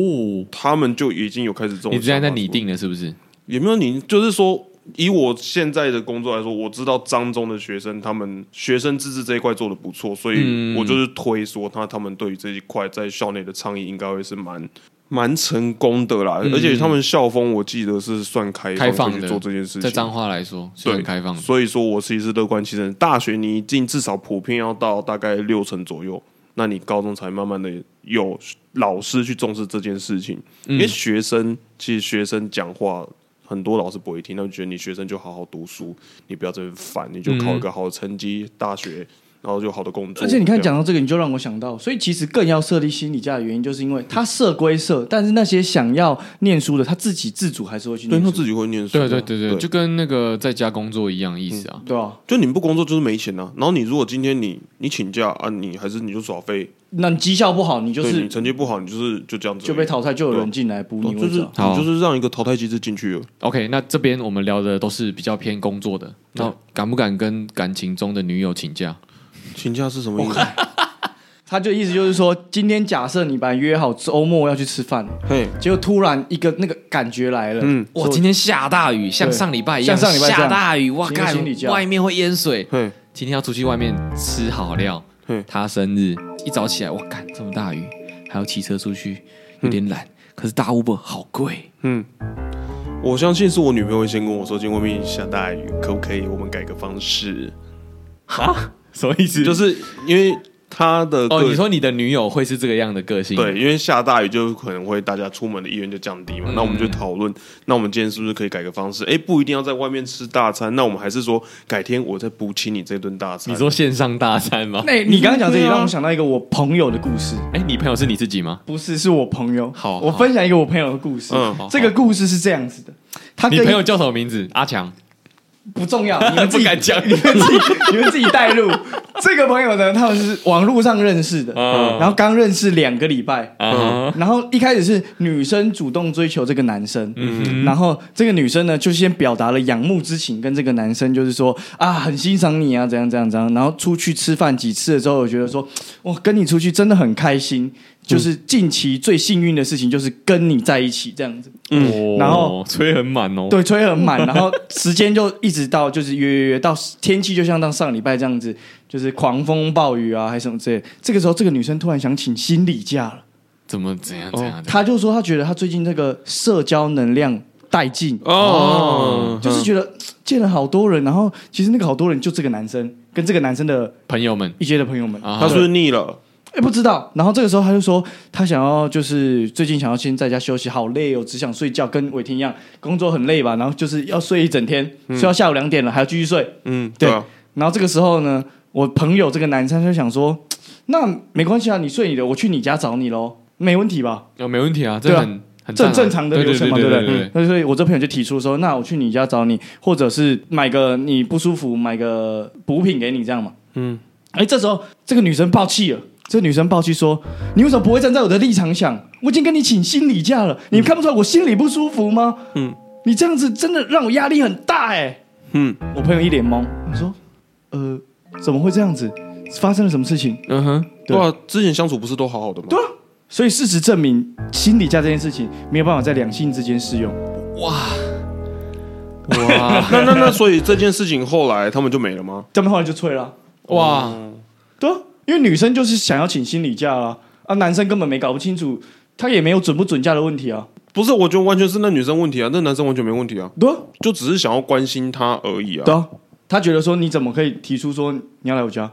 Speaker 2: 他们就已经有开始这种。
Speaker 3: 你之前在拟，定了是不是？
Speaker 2: 也没有拟，就是说。以我现在的工作来说，我知道张中的学生，他们学生自治这一块做的不错，所
Speaker 3: 嗯
Speaker 2: 以我就是推说他他们对于这一块在校内的倡议应该会是蛮蛮成功的啦。而且他们校风，我记得是算开
Speaker 3: 嗯开放
Speaker 2: 放去
Speaker 3: 的
Speaker 2: 做这件事情，
Speaker 3: 在彰化来说是很
Speaker 2: 对
Speaker 3: 开放的，
Speaker 2: 所以说我是一是乐观其成。大学你一进至少普遍要到大概六成左右，那你高中才慢慢的有老师去重视这件事情，因为学生其实学生讲话。很多老师不会听，他们觉得你学生就好好读书，你不要这么烦，你就考一个好的成绩，大学，然后就好的工作。
Speaker 4: 而且你看
Speaker 2: 这样
Speaker 4: 讲到这个，你就让我想到，所以其实更要设立心理假的原因，就是因为他设归设，但是那些想要念书的，他自己自主还是会去
Speaker 2: 对
Speaker 4: 念
Speaker 2: 他
Speaker 4: 书，
Speaker 2: 自己会念书，
Speaker 3: 对对对对，
Speaker 2: 对，
Speaker 3: 就跟那个在家工作一样意思啊。
Speaker 4: 对啊，
Speaker 2: 就你不工作就是没钱呐、然后你如果今天你你请假啊，你还是你就耍废，
Speaker 4: 那你绩效不好，你就
Speaker 2: 对
Speaker 4: 是
Speaker 2: 你成绩不好，你就是就这样子而已
Speaker 4: 就被淘汰，就有人进来补
Speaker 2: 哦
Speaker 4: 你
Speaker 2: 就
Speaker 4: 位
Speaker 2: 是
Speaker 4: 置啊。
Speaker 3: 好
Speaker 2: 你就是让一个淘汰机制进去了。
Speaker 3: OK，那这边我们聊的都是比较偏工作的，那敢不敢跟感情中的女友请假？
Speaker 2: 请假是什么意思？
Speaker 4: 他就意思就是说，今天假设你本来约好周末要去吃饭，
Speaker 2: 嘿，
Speaker 4: 结果突然一个那个感觉来了，嗯，
Speaker 3: 哇，今天下大雨，像
Speaker 4: 对
Speaker 3: 上礼拜一样，
Speaker 4: 像上礼拜这样
Speaker 3: 下大雨，哇
Speaker 4: 今天
Speaker 3: 干
Speaker 4: 心理，假
Speaker 3: 外面会淹水。
Speaker 2: 嘿，
Speaker 3: 今天要出去外面吃好料
Speaker 2: 嗯，
Speaker 3: 他生日一早起来，哇干，这么大雨，还要骑车出去，有点懒。可是大 Uber 好贵，
Speaker 2: 我相信是我女朋友会先跟我说，今天外面下大雨，可不可以我们改个方式？
Speaker 3: 什么意思
Speaker 2: 就是是因为她的
Speaker 3: 哦，
Speaker 2: 个
Speaker 3: 你说你的女友会是这个样的个性？
Speaker 2: 对，因为下大雨就可能会大家出门的意愿就降低嘛。那我
Speaker 3: 嗯
Speaker 2: 们就讨论，那我们今天是不是可以改个方式？哎，不一定要在外面吃大餐，那我们还是说改天我再补起你这顿大餐。
Speaker 3: 你说线上大餐 吗？
Speaker 4: 那你刚刚讲这里
Speaker 2: 对啊
Speaker 4: 让我想到一个我朋友的故事，
Speaker 3: 哎，你朋友是你自己吗？
Speaker 4: 不是是我朋友，
Speaker 3: 好
Speaker 4: 我
Speaker 3: 好
Speaker 4: 分享一个我朋友的故事
Speaker 2: 嗯好，
Speaker 4: 这个故事是这样子的，他
Speaker 3: 你
Speaker 4: 跟
Speaker 3: 朋友叫什么名字？阿强，
Speaker 4: 不重要，你们自己
Speaker 3: 不敢讲
Speaker 4: 你们自己你们自己带路。这个朋友呢，他们是网络上认识的，
Speaker 3: 嗯
Speaker 4: 然后刚认识两个礼拜。
Speaker 3: 啊，
Speaker 4: 然后一开始是女生主动追求这个男生，然后这个女生呢就先表达了仰慕之情，跟这个男生就是说啊很欣赏你啊怎样怎样怎样，然后出去吃饭几次了之后，我觉得说哇跟你出去真的很开心，就是近期最幸运的事情就是跟你在一起这样子，
Speaker 3: 嗯
Speaker 4: 然后
Speaker 3: 吹很满哦，
Speaker 4: 对，吹很满，然后时间就一直到就是约约约到天气就像到上礼拜这样子，就是狂风暴雨啊，还是什么之类的。这个时候，这个女生突然想请心理假了，
Speaker 3: 怎么怎样怎样？
Speaker 4: 她就说她觉得她最近这个社交能量殆尽，
Speaker 2: 哦，
Speaker 4: 就是觉得见了好多人，然后其实那个好多人就这个男生跟这个男生的
Speaker 3: 朋友们
Speaker 4: 一些的朋友们，
Speaker 3: 啊
Speaker 2: 他是不是腻了？
Speaker 4: 哎、不知道。然后这个时候他就说，他想要就是最近想要先在家休息，好累哦，只想睡觉，跟伟霆一样，工作很累吧，然后就是要睡一整天，睡到下午两点了，还要继续睡。
Speaker 2: 嗯，
Speaker 4: 对
Speaker 2: 对啊，
Speaker 4: 然后这个时候呢，我朋友这个男生就想说，那没关系啊，你睡你的，我去你家找你喽，没问题吧？
Speaker 3: 哦，没问题啊，这
Speaker 4: 对啊
Speaker 3: 很很
Speaker 4: 这
Speaker 3: 正
Speaker 4: 很正常的流程嘛，
Speaker 3: 对
Speaker 4: 对不
Speaker 3: 对
Speaker 4: 对？那所以我这朋友就提出说，那我去你家找你，或者是买个你不舒服买个补品给你，这样嘛。嗯，哎，这时候这个女生爆气了，这个女生爆气说，你为什么不会站在我的立场想？我已经跟你请心理假了，
Speaker 3: 嗯
Speaker 4: 你看不出来我心里不舒服吗？嗯，你这样子真的让我压力很大哎、
Speaker 2: 嗯，
Speaker 4: 我朋友一脸懵，我说，呃，怎么会这样子？发生了什么事情？
Speaker 3: 嗯哼，
Speaker 4: 对
Speaker 2: 对啊，之前相处不是都好好的吗？对
Speaker 3: 啊
Speaker 4: 所以事实证明，心理假这件事情没有办法在两性之间适用。
Speaker 3: 哇
Speaker 2: 那那那，所以这件事情后来他们就没了吗？
Speaker 4: 他们后来就退了啊、
Speaker 3: 哇，
Speaker 4: 对啊，因为女生就是想要请心理假啊，啊，男生根本没搞不清楚，他也没有准不准假的问题啊。
Speaker 2: 不是，我觉得完全是那女生问题啊，那男生完全没问题啊，
Speaker 4: 对啊，
Speaker 2: 就只是想要关心她而已啊。
Speaker 4: 对啊，他觉得说你怎么可以提出说你要来我家？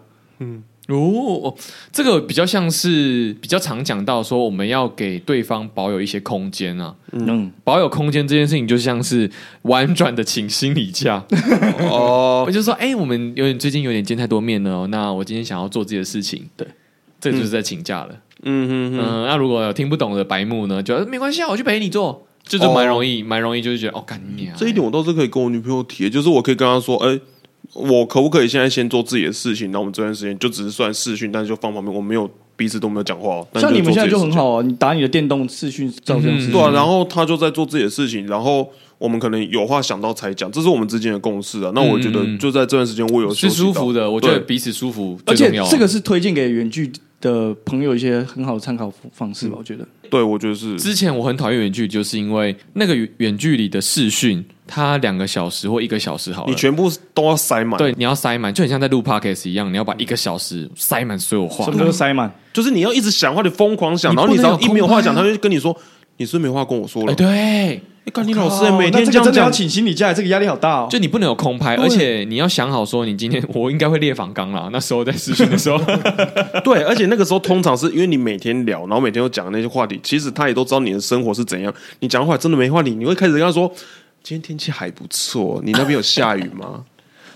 Speaker 3: 哦，这个比较像是比较常讲到说，我们要给对方保有一些空间啊，
Speaker 4: 嗯，
Speaker 3: 保有空间这件事情，就像是婉转的请心理假。
Speaker 2: 哦
Speaker 3: 我，就说，哎、我们有点最近有点见太多面了、哦，那我今天想要做自己的事情，对，这就是在请假了。
Speaker 2: 嗯哼哼，
Speaker 3: 嗯，那如果有听不懂的白目呢，就呃没关系啊，我去陪你做，这
Speaker 4: 哦
Speaker 3: 就蛮容易，蛮容易，就是觉得哦，干你娘、
Speaker 2: 这一点我倒是可以跟我女朋友提，就是我可以跟她说，哎、我可不可以现在先做自己的事情？然后我们这段时间就只是算视讯，但是就放旁边，我没有彼此都没有讲话哦。但
Speaker 4: 像你们
Speaker 2: 是
Speaker 4: 现在就
Speaker 2: 做自己的事
Speaker 4: 很
Speaker 2: 情
Speaker 4: 好啊，你打你的电动视讯照相
Speaker 3: 嗯
Speaker 4: 是
Speaker 2: 对啊，然后他就在做自己的事情，然后我们可能有话想到才讲，这是我们之间的共识啊。那我觉
Speaker 4: 嗯
Speaker 2: 得就在这段时间，我有休
Speaker 3: 是
Speaker 2: 息
Speaker 3: 舒服
Speaker 2: 到，
Speaker 3: 的，我觉得
Speaker 2: 对
Speaker 3: 彼此舒服
Speaker 4: 而
Speaker 3: 最
Speaker 4: 且
Speaker 3: 重要啊。
Speaker 4: 这个是推荐给远距的朋友一些很好的参考方式吧，
Speaker 3: 嗯
Speaker 4: 我觉得。
Speaker 2: 对我觉得是，
Speaker 3: 之前我很讨厌远距，就是因为那个远远距离的视讯，它两个小时或一个小时好了，
Speaker 2: 你全部都要塞满，，
Speaker 3: 对你要塞满，就很像在录 podcast 一样，你要把一个小时塞满所有话
Speaker 4: 什。么都塞满，
Speaker 2: 就是你要一直想话，你疯狂想，
Speaker 3: 你
Speaker 2: 然后
Speaker 3: 不
Speaker 2: 你只
Speaker 3: 能
Speaker 2: 要
Speaker 3: 有
Speaker 2: 一没有
Speaker 3: 空白
Speaker 2: 话讲，
Speaker 3: 啊
Speaker 2: 他就跟你说你是不是没话跟我说了
Speaker 3: 哎，。对，
Speaker 2: 哎，干你老师
Speaker 4: 哦
Speaker 2: 每天
Speaker 4: 那
Speaker 2: 这
Speaker 4: 个
Speaker 2: 样
Speaker 4: 真的要
Speaker 2: 讲，
Speaker 4: 请心理假，这个压力好大哦。
Speaker 3: 就你不能有空拍，
Speaker 4: 对
Speaker 3: 而且你要想好说，你今天我应该会列访纲啦。那时候在视讯的时候，
Speaker 2: 对，而且那个时候通常是因为你每天聊，然后每天都讲那些话题，其实他也都知道你的生活是怎样。你讲话真的没话题，你会开始跟他说。今天天气还不错，你那边有下雨吗？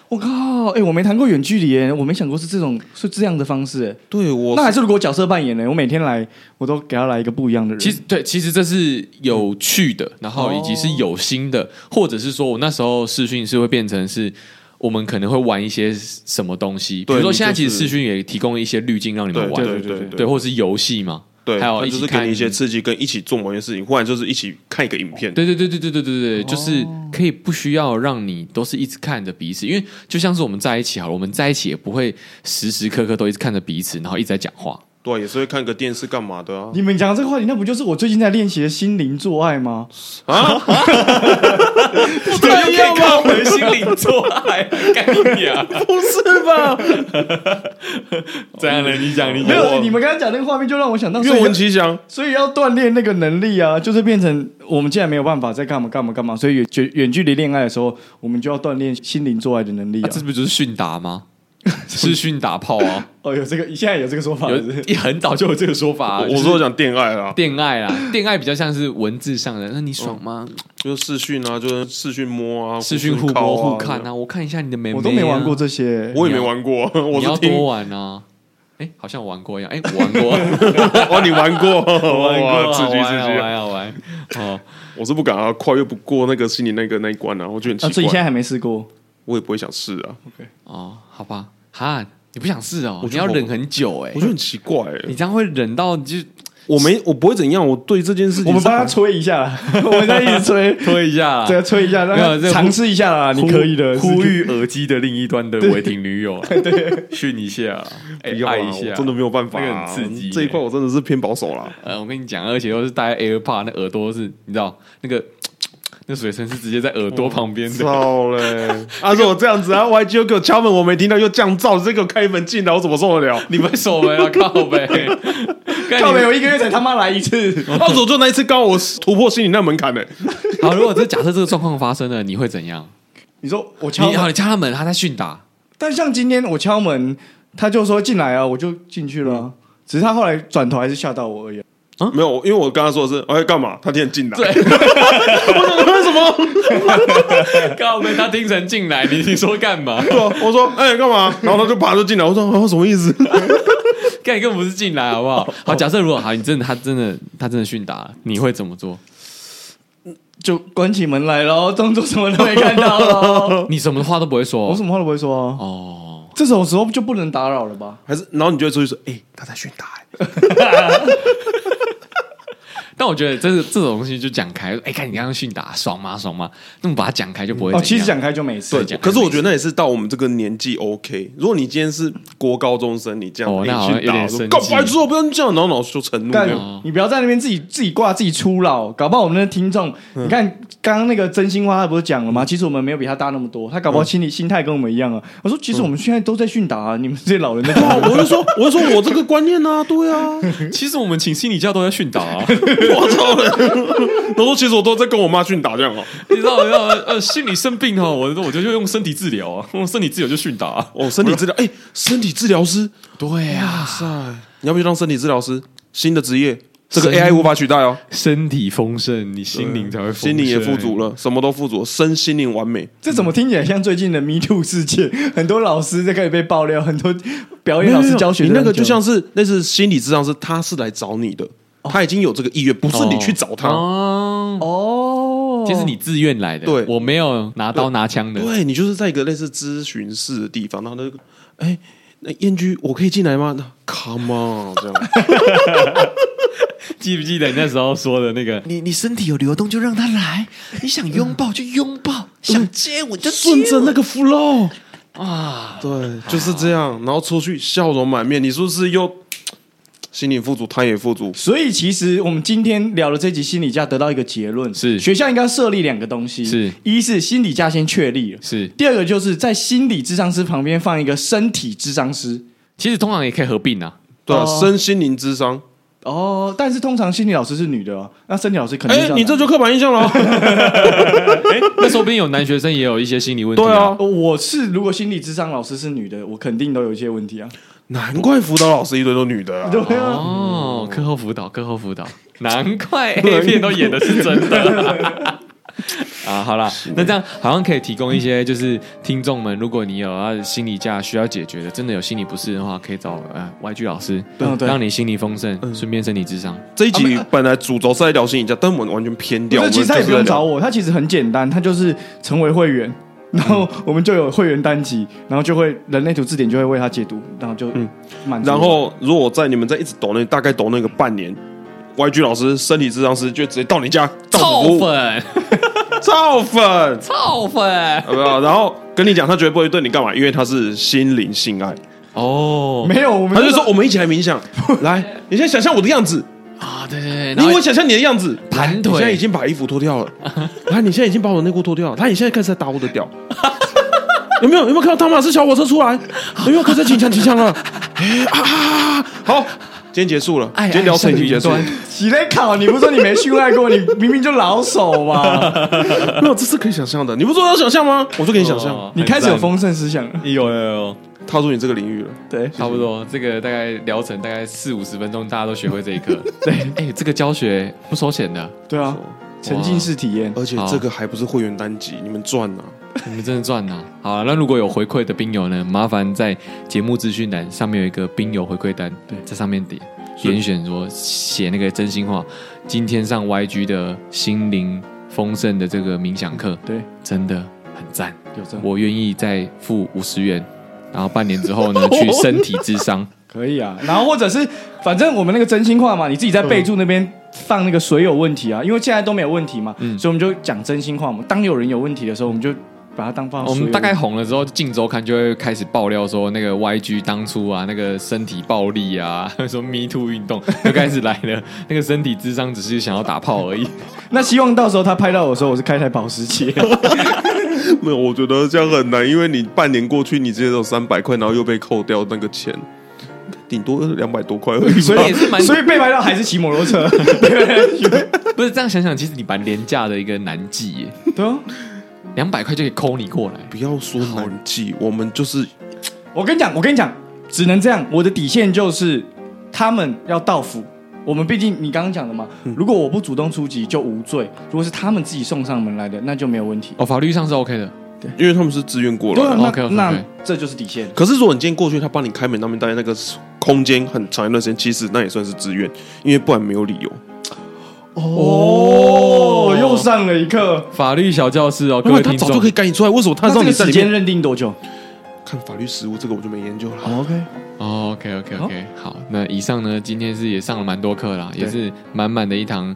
Speaker 4: 我靠，哎、我没谈过远距离耶，我没想过是这种是这样的方式 耶。
Speaker 2: 对我
Speaker 4: 那还是如果角色扮演呢？我每天来，我都给他来一个不一样的人。
Speaker 3: 其实对，其实这是有趣的，然后以及是有心的，或者是说我那时候视讯是会变成是。我们可能会玩一些什么东西，比
Speaker 2: 对
Speaker 3: 如说
Speaker 2: 你
Speaker 3: 现在
Speaker 2: 就
Speaker 3: 其
Speaker 2: 是
Speaker 3: 实视讯也提供一些滤镜让你们
Speaker 2: 对
Speaker 3: 玩，
Speaker 2: 对对对
Speaker 3: 对，或者是游戏嘛，
Speaker 2: 对，
Speaker 3: 还有
Speaker 2: 他
Speaker 3: 一
Speaker 2: 就
Speaker 3: 起
Speaker 2: 是给
Speaker 3: 看
Speaker 2: 你一些刺激，跟一起做某些事情，或者就是一起看一个影片。
Speaker 3: 对对对对对对对对，就是可以不需要让你都是一直看着彼此，因为就像是我们在一起好了，我们在一起也不会时时刻刻都一直看着彼此，然后一直在讲话。
Speaker 2: 对啊，也是会看个电视干嘛的啊？
Speaker 4: 你们讲这个话题，那不就是我最近在练习的心灵做爱吗？
Speaker 2: 啊
Speaker 3: 对，又可以 靠回心灵做爱，干你啊！
Speaker 4: 不是吧？
Speaker 3: 这样的，你
Speaker 2: 啊
Speaker 3: 讲你
Speaker 4: 没有，你们刚刚讲那个画面，就让我想到，所
Speaker 2: 愿
Speaker 4: 以
Speaker 2: 闻
Speaker 4: 要
Speaker 2: 其详。
Speaker 4: 所以要锻炼那个能力啊，就是变成我们既然没有办法再干嘛干嘛干嘛，所以远距远距离恋爱的时候，我们就要锻炼心灵做爱的能力啊
Speaker 3: 啊、。这不就是训打吗？是训打炮啊，
Speaker 4: 哦，有这个，现在有这个说法
Speaker 3: 有
Speaker 4: 是不是
Speaker 3: 一很早就有这个说法、
Speaker 2: 我
Speaker 3: 啊就
Speaker 2: 我
Speaker 3: 是
Speaker 2: 说我讲恋爱啊，
Speaker 3: 恋爱啊，恋爱比较像是文字上的，那你爽吗？
Speaker 2: 嗯
Speaker 3: 嗯
Speaker 2: 就是视讯啊，就是视讯摸啊，
Speaker 3: 视讯互
Speaker 2: 靠
Speaker 3: 摸
Speaker 2: 啊
Speaker 3: 互看。啊，我看一下你的美眉、啊，
Speaker 4: 我都没玩过，这些。
Speaker 2: 我也没玩过， 我
Speaker 3: 你要
Speaker 2: 是听
Speaker 3: 多玩啊。哎，好像玩过一样，哎，我 玩过，
Speaker 2: 哦，你玩过，玩
Speaker 3: 哇
Speaker 2: 刺激
Speaker 3: 好玩好
Speaker 2: 刺激。
Speaker 3: 玩好玩。哦，
Speaker 2: 我是不敢啊，跨越不过那个心里那个那一关啊，我觉得
Speaker 4: 啊，
Speaker 2: 很
Speaker 4: 所
Speaker 2: 奇
Speaker 4: 以现
Speaker 2: 怪，
Speaker 4: 在还没试过。
Speaker 2: 我也不会想试啊，
Speaker 3: 哦，好吧，哈，你不想试哦，
Speaker 2: 我
Speaker 3: 你
Speaker 2: 觉得
Speaker 3: 要
Speaker 2: 我
Speaker 3: 忍很久哎
Speaker 2: 我觉，得很奇怪欸。
Speaker 3: 你这样会忍到 就
Speaker 2: 我没我不会怎样，我对这件事情是
Speaker 4: 我们帮他吹一 下啦，我们在一直吹，
Speaker 3: 推一下啦
Speaker 4: 对，吹一下，
Speaker 3: 啊没有
Speaker 4: 让
Speaker 3: 这
Speaker 4: 他
Speaker 3: 个
Speaker 4: 尝试一下啦，你可以的。
Speaker 3: 呼
Speaker 4: 是
Speaker 3: 吁耳机的另一端的违停女 友，对，训一下啦，哎
Speaker 2: 不要啊
Speaker 3: 爱一下，
Speaker 2: 我真的没有办法
Speaker 3: 那个
Speaker 2: 啊，
Speaker 3: 很刺激哎
Speaker 2: 这一块我真的是偏保守啦。
Speaker 3: 呃，我跟你讲，而且又是戴 AirPod，那耳朵是，你知道那个那水声是直接在耳朵旁边的。
Speaker 2: 操嘞！他说我这样子 啊，我还就给我敲门，我没听到又降噪，这给我开门进来，我怎么受得了？
Speaker 3: 你们手没了，靠 呗，
Speaker 4: 靠北，我一个月才他妈来一次，
Speaker 2: 到手就 那一次刚好我突破心理那门 槛嘞、
Speaker 3: 好，如果这假设这个状况发生了，你会怎样？
Speaker 4: 你说我敲
Speaker 3: 你好，
Speaker 4: 门，
Speaker 3: 你敲他门，他在训打，
Speaker 4: 但像今天我敲门，他就说进来啊，我就进去了
Speaker 3: 嗯
Speaker 4: 啊。只是他后来转头还是吓到我而已啊。
Speaker 2: 没有，因为我跟他说的是，哎，干嘛？他今天进来，我 说为什么？
Speaker 3: 靠呗，他听成进来，你你说干嘛？
Speaker 2: 对 啊我说，哎，干嘛？然后他就爬着进来，我说，啊，什么意思？
Speaker 3: 干，你根本不是进来，好不
Speaker 4: 哦
Speaker 3: 好？好，假设如果好，你真的他真的他真的训打了，你会怎么做？
Speaker 4: 就关起门 来喽，当做什么都没看到喽。
Speaker 3: 你什么话都不会说，
Speaker 4: 哦我什么话都不会说啊，
Speaker 3: 哦，
Speaker 4: 这种时候就不能打扰了吧？
Speaker 2: 还是，然后你就会出去说，哎，他在训打、欸，
Speaker 3: 但我觉得这是这种东西就讲开，哎，看你刚刚训打爽吗？爽吗？那么把它讲开就不会
Speaker 4: 哦，
Speaker 3: 怎
Speaker 4: 其实
Speaker 3: 样
Speaker 4: 讲开就没事
Speaker 3: 对。讲
Speaker 2: 可是我觉得那也是到我们这个年纪 OK。如果你今天是国高中生，你这样
Speaker 3: 哦
Speaker 2: 哎
Speaker 3: 那好像
Speaker 2: 训打，
Speaker 3: 有点
Speaker 2: 我说
Speaker 3: 生
Speaker 2: 干
Speaker 3: 气
Speaker 2: 白痴，我不能这样，然后老师就承怒
Speaker 4: 干
Speaker 2: 这样。，
Speaker 4: 你不要在那边自己自己挂自己粗老，搞不好我们的听众，
Speaker 3: 嗯
Speaker 4: 你看刚刚那个真心话，他不是讲了吗？其实我们没有比他大那么多，他搞不
Speaker 3: 嗯
Speaker 4: 好心理心态跟我们一样啊。我说，其实我们现在都在训打啊，你们这些老人在干嘛
Speaker 2: 我就说，我就说我这个观念啊，对啊，
Speaker 3: 其实我们请心理教都在训导啊，
Speaker 2: 我操！ 他说其实我都在跟我妈训打这样哦。
Speaker 3: 你知道，你知道，呃，心理生病哈，我我就用身体治疗啊，用身体治疗就训打、啊。
Speaker 2: 哦，身体治疗，哎、身体治疗师，
Speaker 3: 对啊，
Speaker 2: 塞，你要不要去当身体治疗师？新的职业，这个
Speaker 3: 身
Speaker 2: AI 无法取代哦。
Speaker 3: 身体丰盛，你心灵才会丰盛
Speaker 2: 啊心灵也富足。了，什么都富足，身心灵完美。
Speaker 4: 这怎么听起来像最近的 Me Too 事件？ 很多老师在开始被爆料，很多表演老师教学
Speaker 2: 你
Speaker 4: 的
Speaker 2: 那个
Speaker 4: 人
Speaker 2: 就像是那是心理治疗师，他是来找你的，他已经有这个意愿，不是你去找他。
Speaker 3: 哦，
Speaker 4: 哦，
Speaker 3: 其实你自愿来的，
Speaker 2: 对
Speaker 3: 我没有拿刀拿枪的，
Speaker 2: 对你就是在一个类似咨询室的地方，然后他就哎，那燕居，我可以进来吗？那 Come on，这样
Speaker 3: 记不记得你那时候说的那个？
Speaker 6: 你你身体有流动就让它来，你想拥抱就拥抱，想接吻就
Speaker 2: 顺
Speaker 6: 接
Speaker 2: 着
Speaker 6: 吻。
Speaker 2: 那个 flow 啊，对，就是这样，然后出去笑容满面，你是不是又心灵富足，他也富足？
Speaker 4: 所以其实我们今天聊的这集心理价得到一个结论，
Speaker 3: 是
Speaker 4: 学校应该要设立两个东西，
Speaker 3: 是
Speaker 4: 一是心理价先确立了，
Speaker 3: 是
Speaker 4: 第二个就是在心理智商师旁边放一个身体智商师。
Speaker 3: 其实通常也可以合并啊，
Speaker 2: 对啊，
Speaker 4: 哦
Speaker 2: 身心灵智商。
Speaker 4: 哦，但是通常心理老师是女的哦，那身体老师肯定
Speaker 2: 哎
Speaker 4: 是，要
Speaker 2: 你
Speaker 4: 男的
Speaker 2: 这就刻板印象了哦。
Speaker 3: 那说不定有男学生也有一些心理问题、
Speaker 2: 对啊
Speaker 4: 哦我是如果心理智商老师是女的，我肯定都有一些问题啊。
Speaker 2: 难怪辅导老师一堆都女的啊。
Speaker 4: 对啊，
Speaker 3: 哦，课后辅导，课后辅导，难怪 A 片都演的是真的。 啊，好啦，那这样好像可以提供一些，就是听众们，如果你有啊心理价需要解决的，真的有心理不适的话，可以找呃 YG 老师，
Speaker 4: 嗯对
Speaker 3: 让你心理丰盛，顺便身体智商。
Speaker 2: 这一集本来主轴是在聊心理价，但我们完全偏掉。
Speaker 4: 不
Speaker 2: 我
Speaker 4: 是，
Speaker 2: 们
Speaker 4: 其实他也
Speaker 2: 就
Speaker 4: 不
Speaker 2: 是在
Speaker 4: 用
Speaker 2: 聊
Speaker 4: 找我，他其实很简单，他就是成为会员，
Speaker 2: 嗯
Speaker 4: 然后我们就有会员单集，然后就会人类图字典就会为他解读，然后就满
Speaker 2: 嗯
Speaker 4: 足
Speaker 2: 然后，如果在你们在一直抖那大概抖那个半年，YG 老师身体智商师就直接到你家造
Speaker 3: 臭
Speaker 2: 服 务，
Speaker 3: 粉，
Speaker 2: 造粉，
Speaker 3: 臭粉，
Speaker 2: 有没有？然后跟你讲，他绝对不会对你干嘛，因为他是心灵性爱，
Speaker 3: 哦，
Speaker 4: 没有，我们
Speaker 2: 他就 说我们一起来冥想，来，你现在想象我的样子，
Speaker 3: 啊，对对对，
Speaker 2: 你
Speaker 3: 然
Speaker 2: 我
Speaker 3: 后
Speaker 2: 想象你的样子，
Speaker 3: 盘
Speaker 2: 你
Speaker 3: 腿
Speaker 2: 现在已经把衣服脱掉了， 来，你现在已经把我内裤脱掉了，他你现在开始在打我的屌， 有没有？有没有看到汤马斯小火车出 来？有没有开始请枪请枪了？ 哎啊啊！哎啊 好，今天结束了，
Speaker 3: 爱
Speaker 2: 今天聊天已经结束了
Speaker 3: 爱上云。
Speaker 4: 洗来考，你不是说你没训 练过，你明明就老手嘛，
Speaker 2: 没有，这是可以想象的。你不说要想象吗？我就给你想象，
Speaker 3: 哦
Speaker 4: 你开始有丰盛思想了，
Speaker 3: 有有有，
Speaker 2: 踏入你这个领域了。
Speaker 4: 对。
Speaker 3: 差不多，这个大概疗程大概四五十分钟，大家都学会这一课。对，哎，这个教学不收钱的，
Speaker 4: 对啊，沉浸式体验。
Speaker 2: 而且
Speaker 3: 好
Speaker 2: 这个还不是会员单集，你们赚啊！
Speaker 3: 你们真的赚了。好啊，那如果有回馈的兵友呢，麻烦在节目资讯栏上面有一个兵友回馈单，对，在上面点点选说写那个真心话。今天上 YG 的心灵丰盛的这个冥想课，
Speaker 4: 对，
Speaker 3: 真的很赞，
Speaker 4: 有这样
Speaker 3: 我愿意再付五十元，然后半年之后呢去身体智商。
Speaker 4: 可以啊，然后或者是反正我们那个真心话嘛，你自己在
Speaker 2: 嗯
Speaker 4: 备注那边放那个谁有问题啊，因为现在都没有问题嘛，
Speaker 2: 嗯
Speaker 4: 所以我们就讲真心话嘛。当有人有问题的时候，我们就把它当放到
Speaker 3: 我
Speaker 4: 谁有
Speaker 3: 们
Speaker 4: 问题。
Speaker 3: 大概红了之后，《镜周刊》就会开始爆料说，那个 YG 当初啊，那个身体暴力啊， 说 Me Too 运动就开始来了。 那个身体智商只是想要打炮而已。
Speaker 4: 那希望到时候他拍到我的时候，我是开台保时捷。
Speaker 2: 没有，我觉得这样很难，因为你半年过去，你只有三百块，然后又被扣掉那个钱，顶多两百多块而已。
Speaker 4: 所
Speaker 3: 以也是蛮
Speaker 4: 所以被拍到还是骑摩托车。
Speaker 3: 不是这样想想，其实你蛮廉价的一个男妓耶，
Speaker 4: 对啊，
Speaker 3: 两百块就可以抠你过来。
Speaker 2: 不要说难记，我们就是
Speaker 4: 我跟你讲，我跟你讲，只能这样。我的底线就是他们要到府。我们毕竟你刚刚讲的嘛，如果我不主动出击就无罪，如果是他们自己送上门来的，那就没有问题。
Speaker 3: 哦，法律上是 OK 的。
Speaker 2: 因为他们是自愿过
Speaker 4: 对
Speaker 2: 来
Speaker 4: 啊，
Speaker 2: 的。
Speaker 4: 那
Speaker 3: OK，OK，OK
Speaker 4: 那这就是底线。
Speaker 2: 可是如果你今天过去，他帮你开门，那边待在那个空间很长一段时间，其实那也算是自愿，因为不然没有理由。
Speaker 4: 哦，又上了一课。
Speaker 3: 法律小教室哦，各
Speaker 2: 因为
Speaker 3: 位
Speaker 2: 他
Speaker 3: 听
Speaker 2: 早就
Speaker 3: 众
Speaker 2: 可以赶你出来，为什么他
Speaker 4: 那这
Speaker 2: 让
Speaker 4: 个
Speaker 2: 你在
Speaker 4: 时
Speaker 2: 里
Speaker 4: 间
Speaker 2: 面
Speaker 4: 认定多久
Speaker 2: 看法律实务？这个我就没研究 了。
Speaker 4: ？OK，
Speaker 3: 哦，OK OK OK，好，那以上呢，今天是也上了蛮多课啦，也是满满的一堂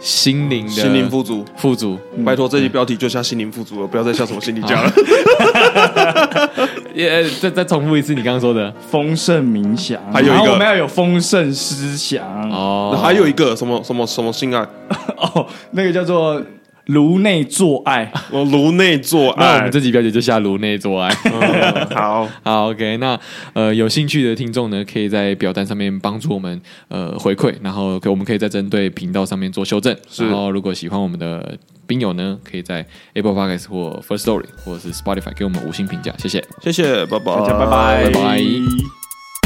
Speaker 3: 心灵的
Speaker 2: 心灵富足，
Speaker 3: 富足。
Speaker 2: 拜托，这期标题就下心灵富足了，不要再下什么心理家 了。
Speaker 3: 耶、再再重复一次你刚刚说的
Speaker 4: 丰盛冥想，
Speaker 2: 还有一个
Speaker 4: 然后我们要有丰盛思想。
Speaker 3: 哦，
Speaker 2: 还有一个什么什么什么性爱，
Speaker 4: 哦，那个叫做颅内做爱。
Speaker 2: 我颅内做
Speaker 3: 那我
Speaker 2: 爱
Speaker 3: 们这，集表姐就下颅内做爱。
Speaker 2: 嗯 好，
Speaker 3: 好，OK，那呃，有兴趣的听众呢，可以在表单上面帮助我们呃回馈，然后可我们可以再针对频道上面做修正。然后如果喜欢我们的宾友呢，可以在 Apple Podcast 或 First Story 或是 Spotify 给我们五星评价，谢谢。
Speaker 2: 谢谢，拜拜，
Speaker 4: 大家拜
Speaker 3: 拜
Speaker 4: 拜
Speaker 3: 拜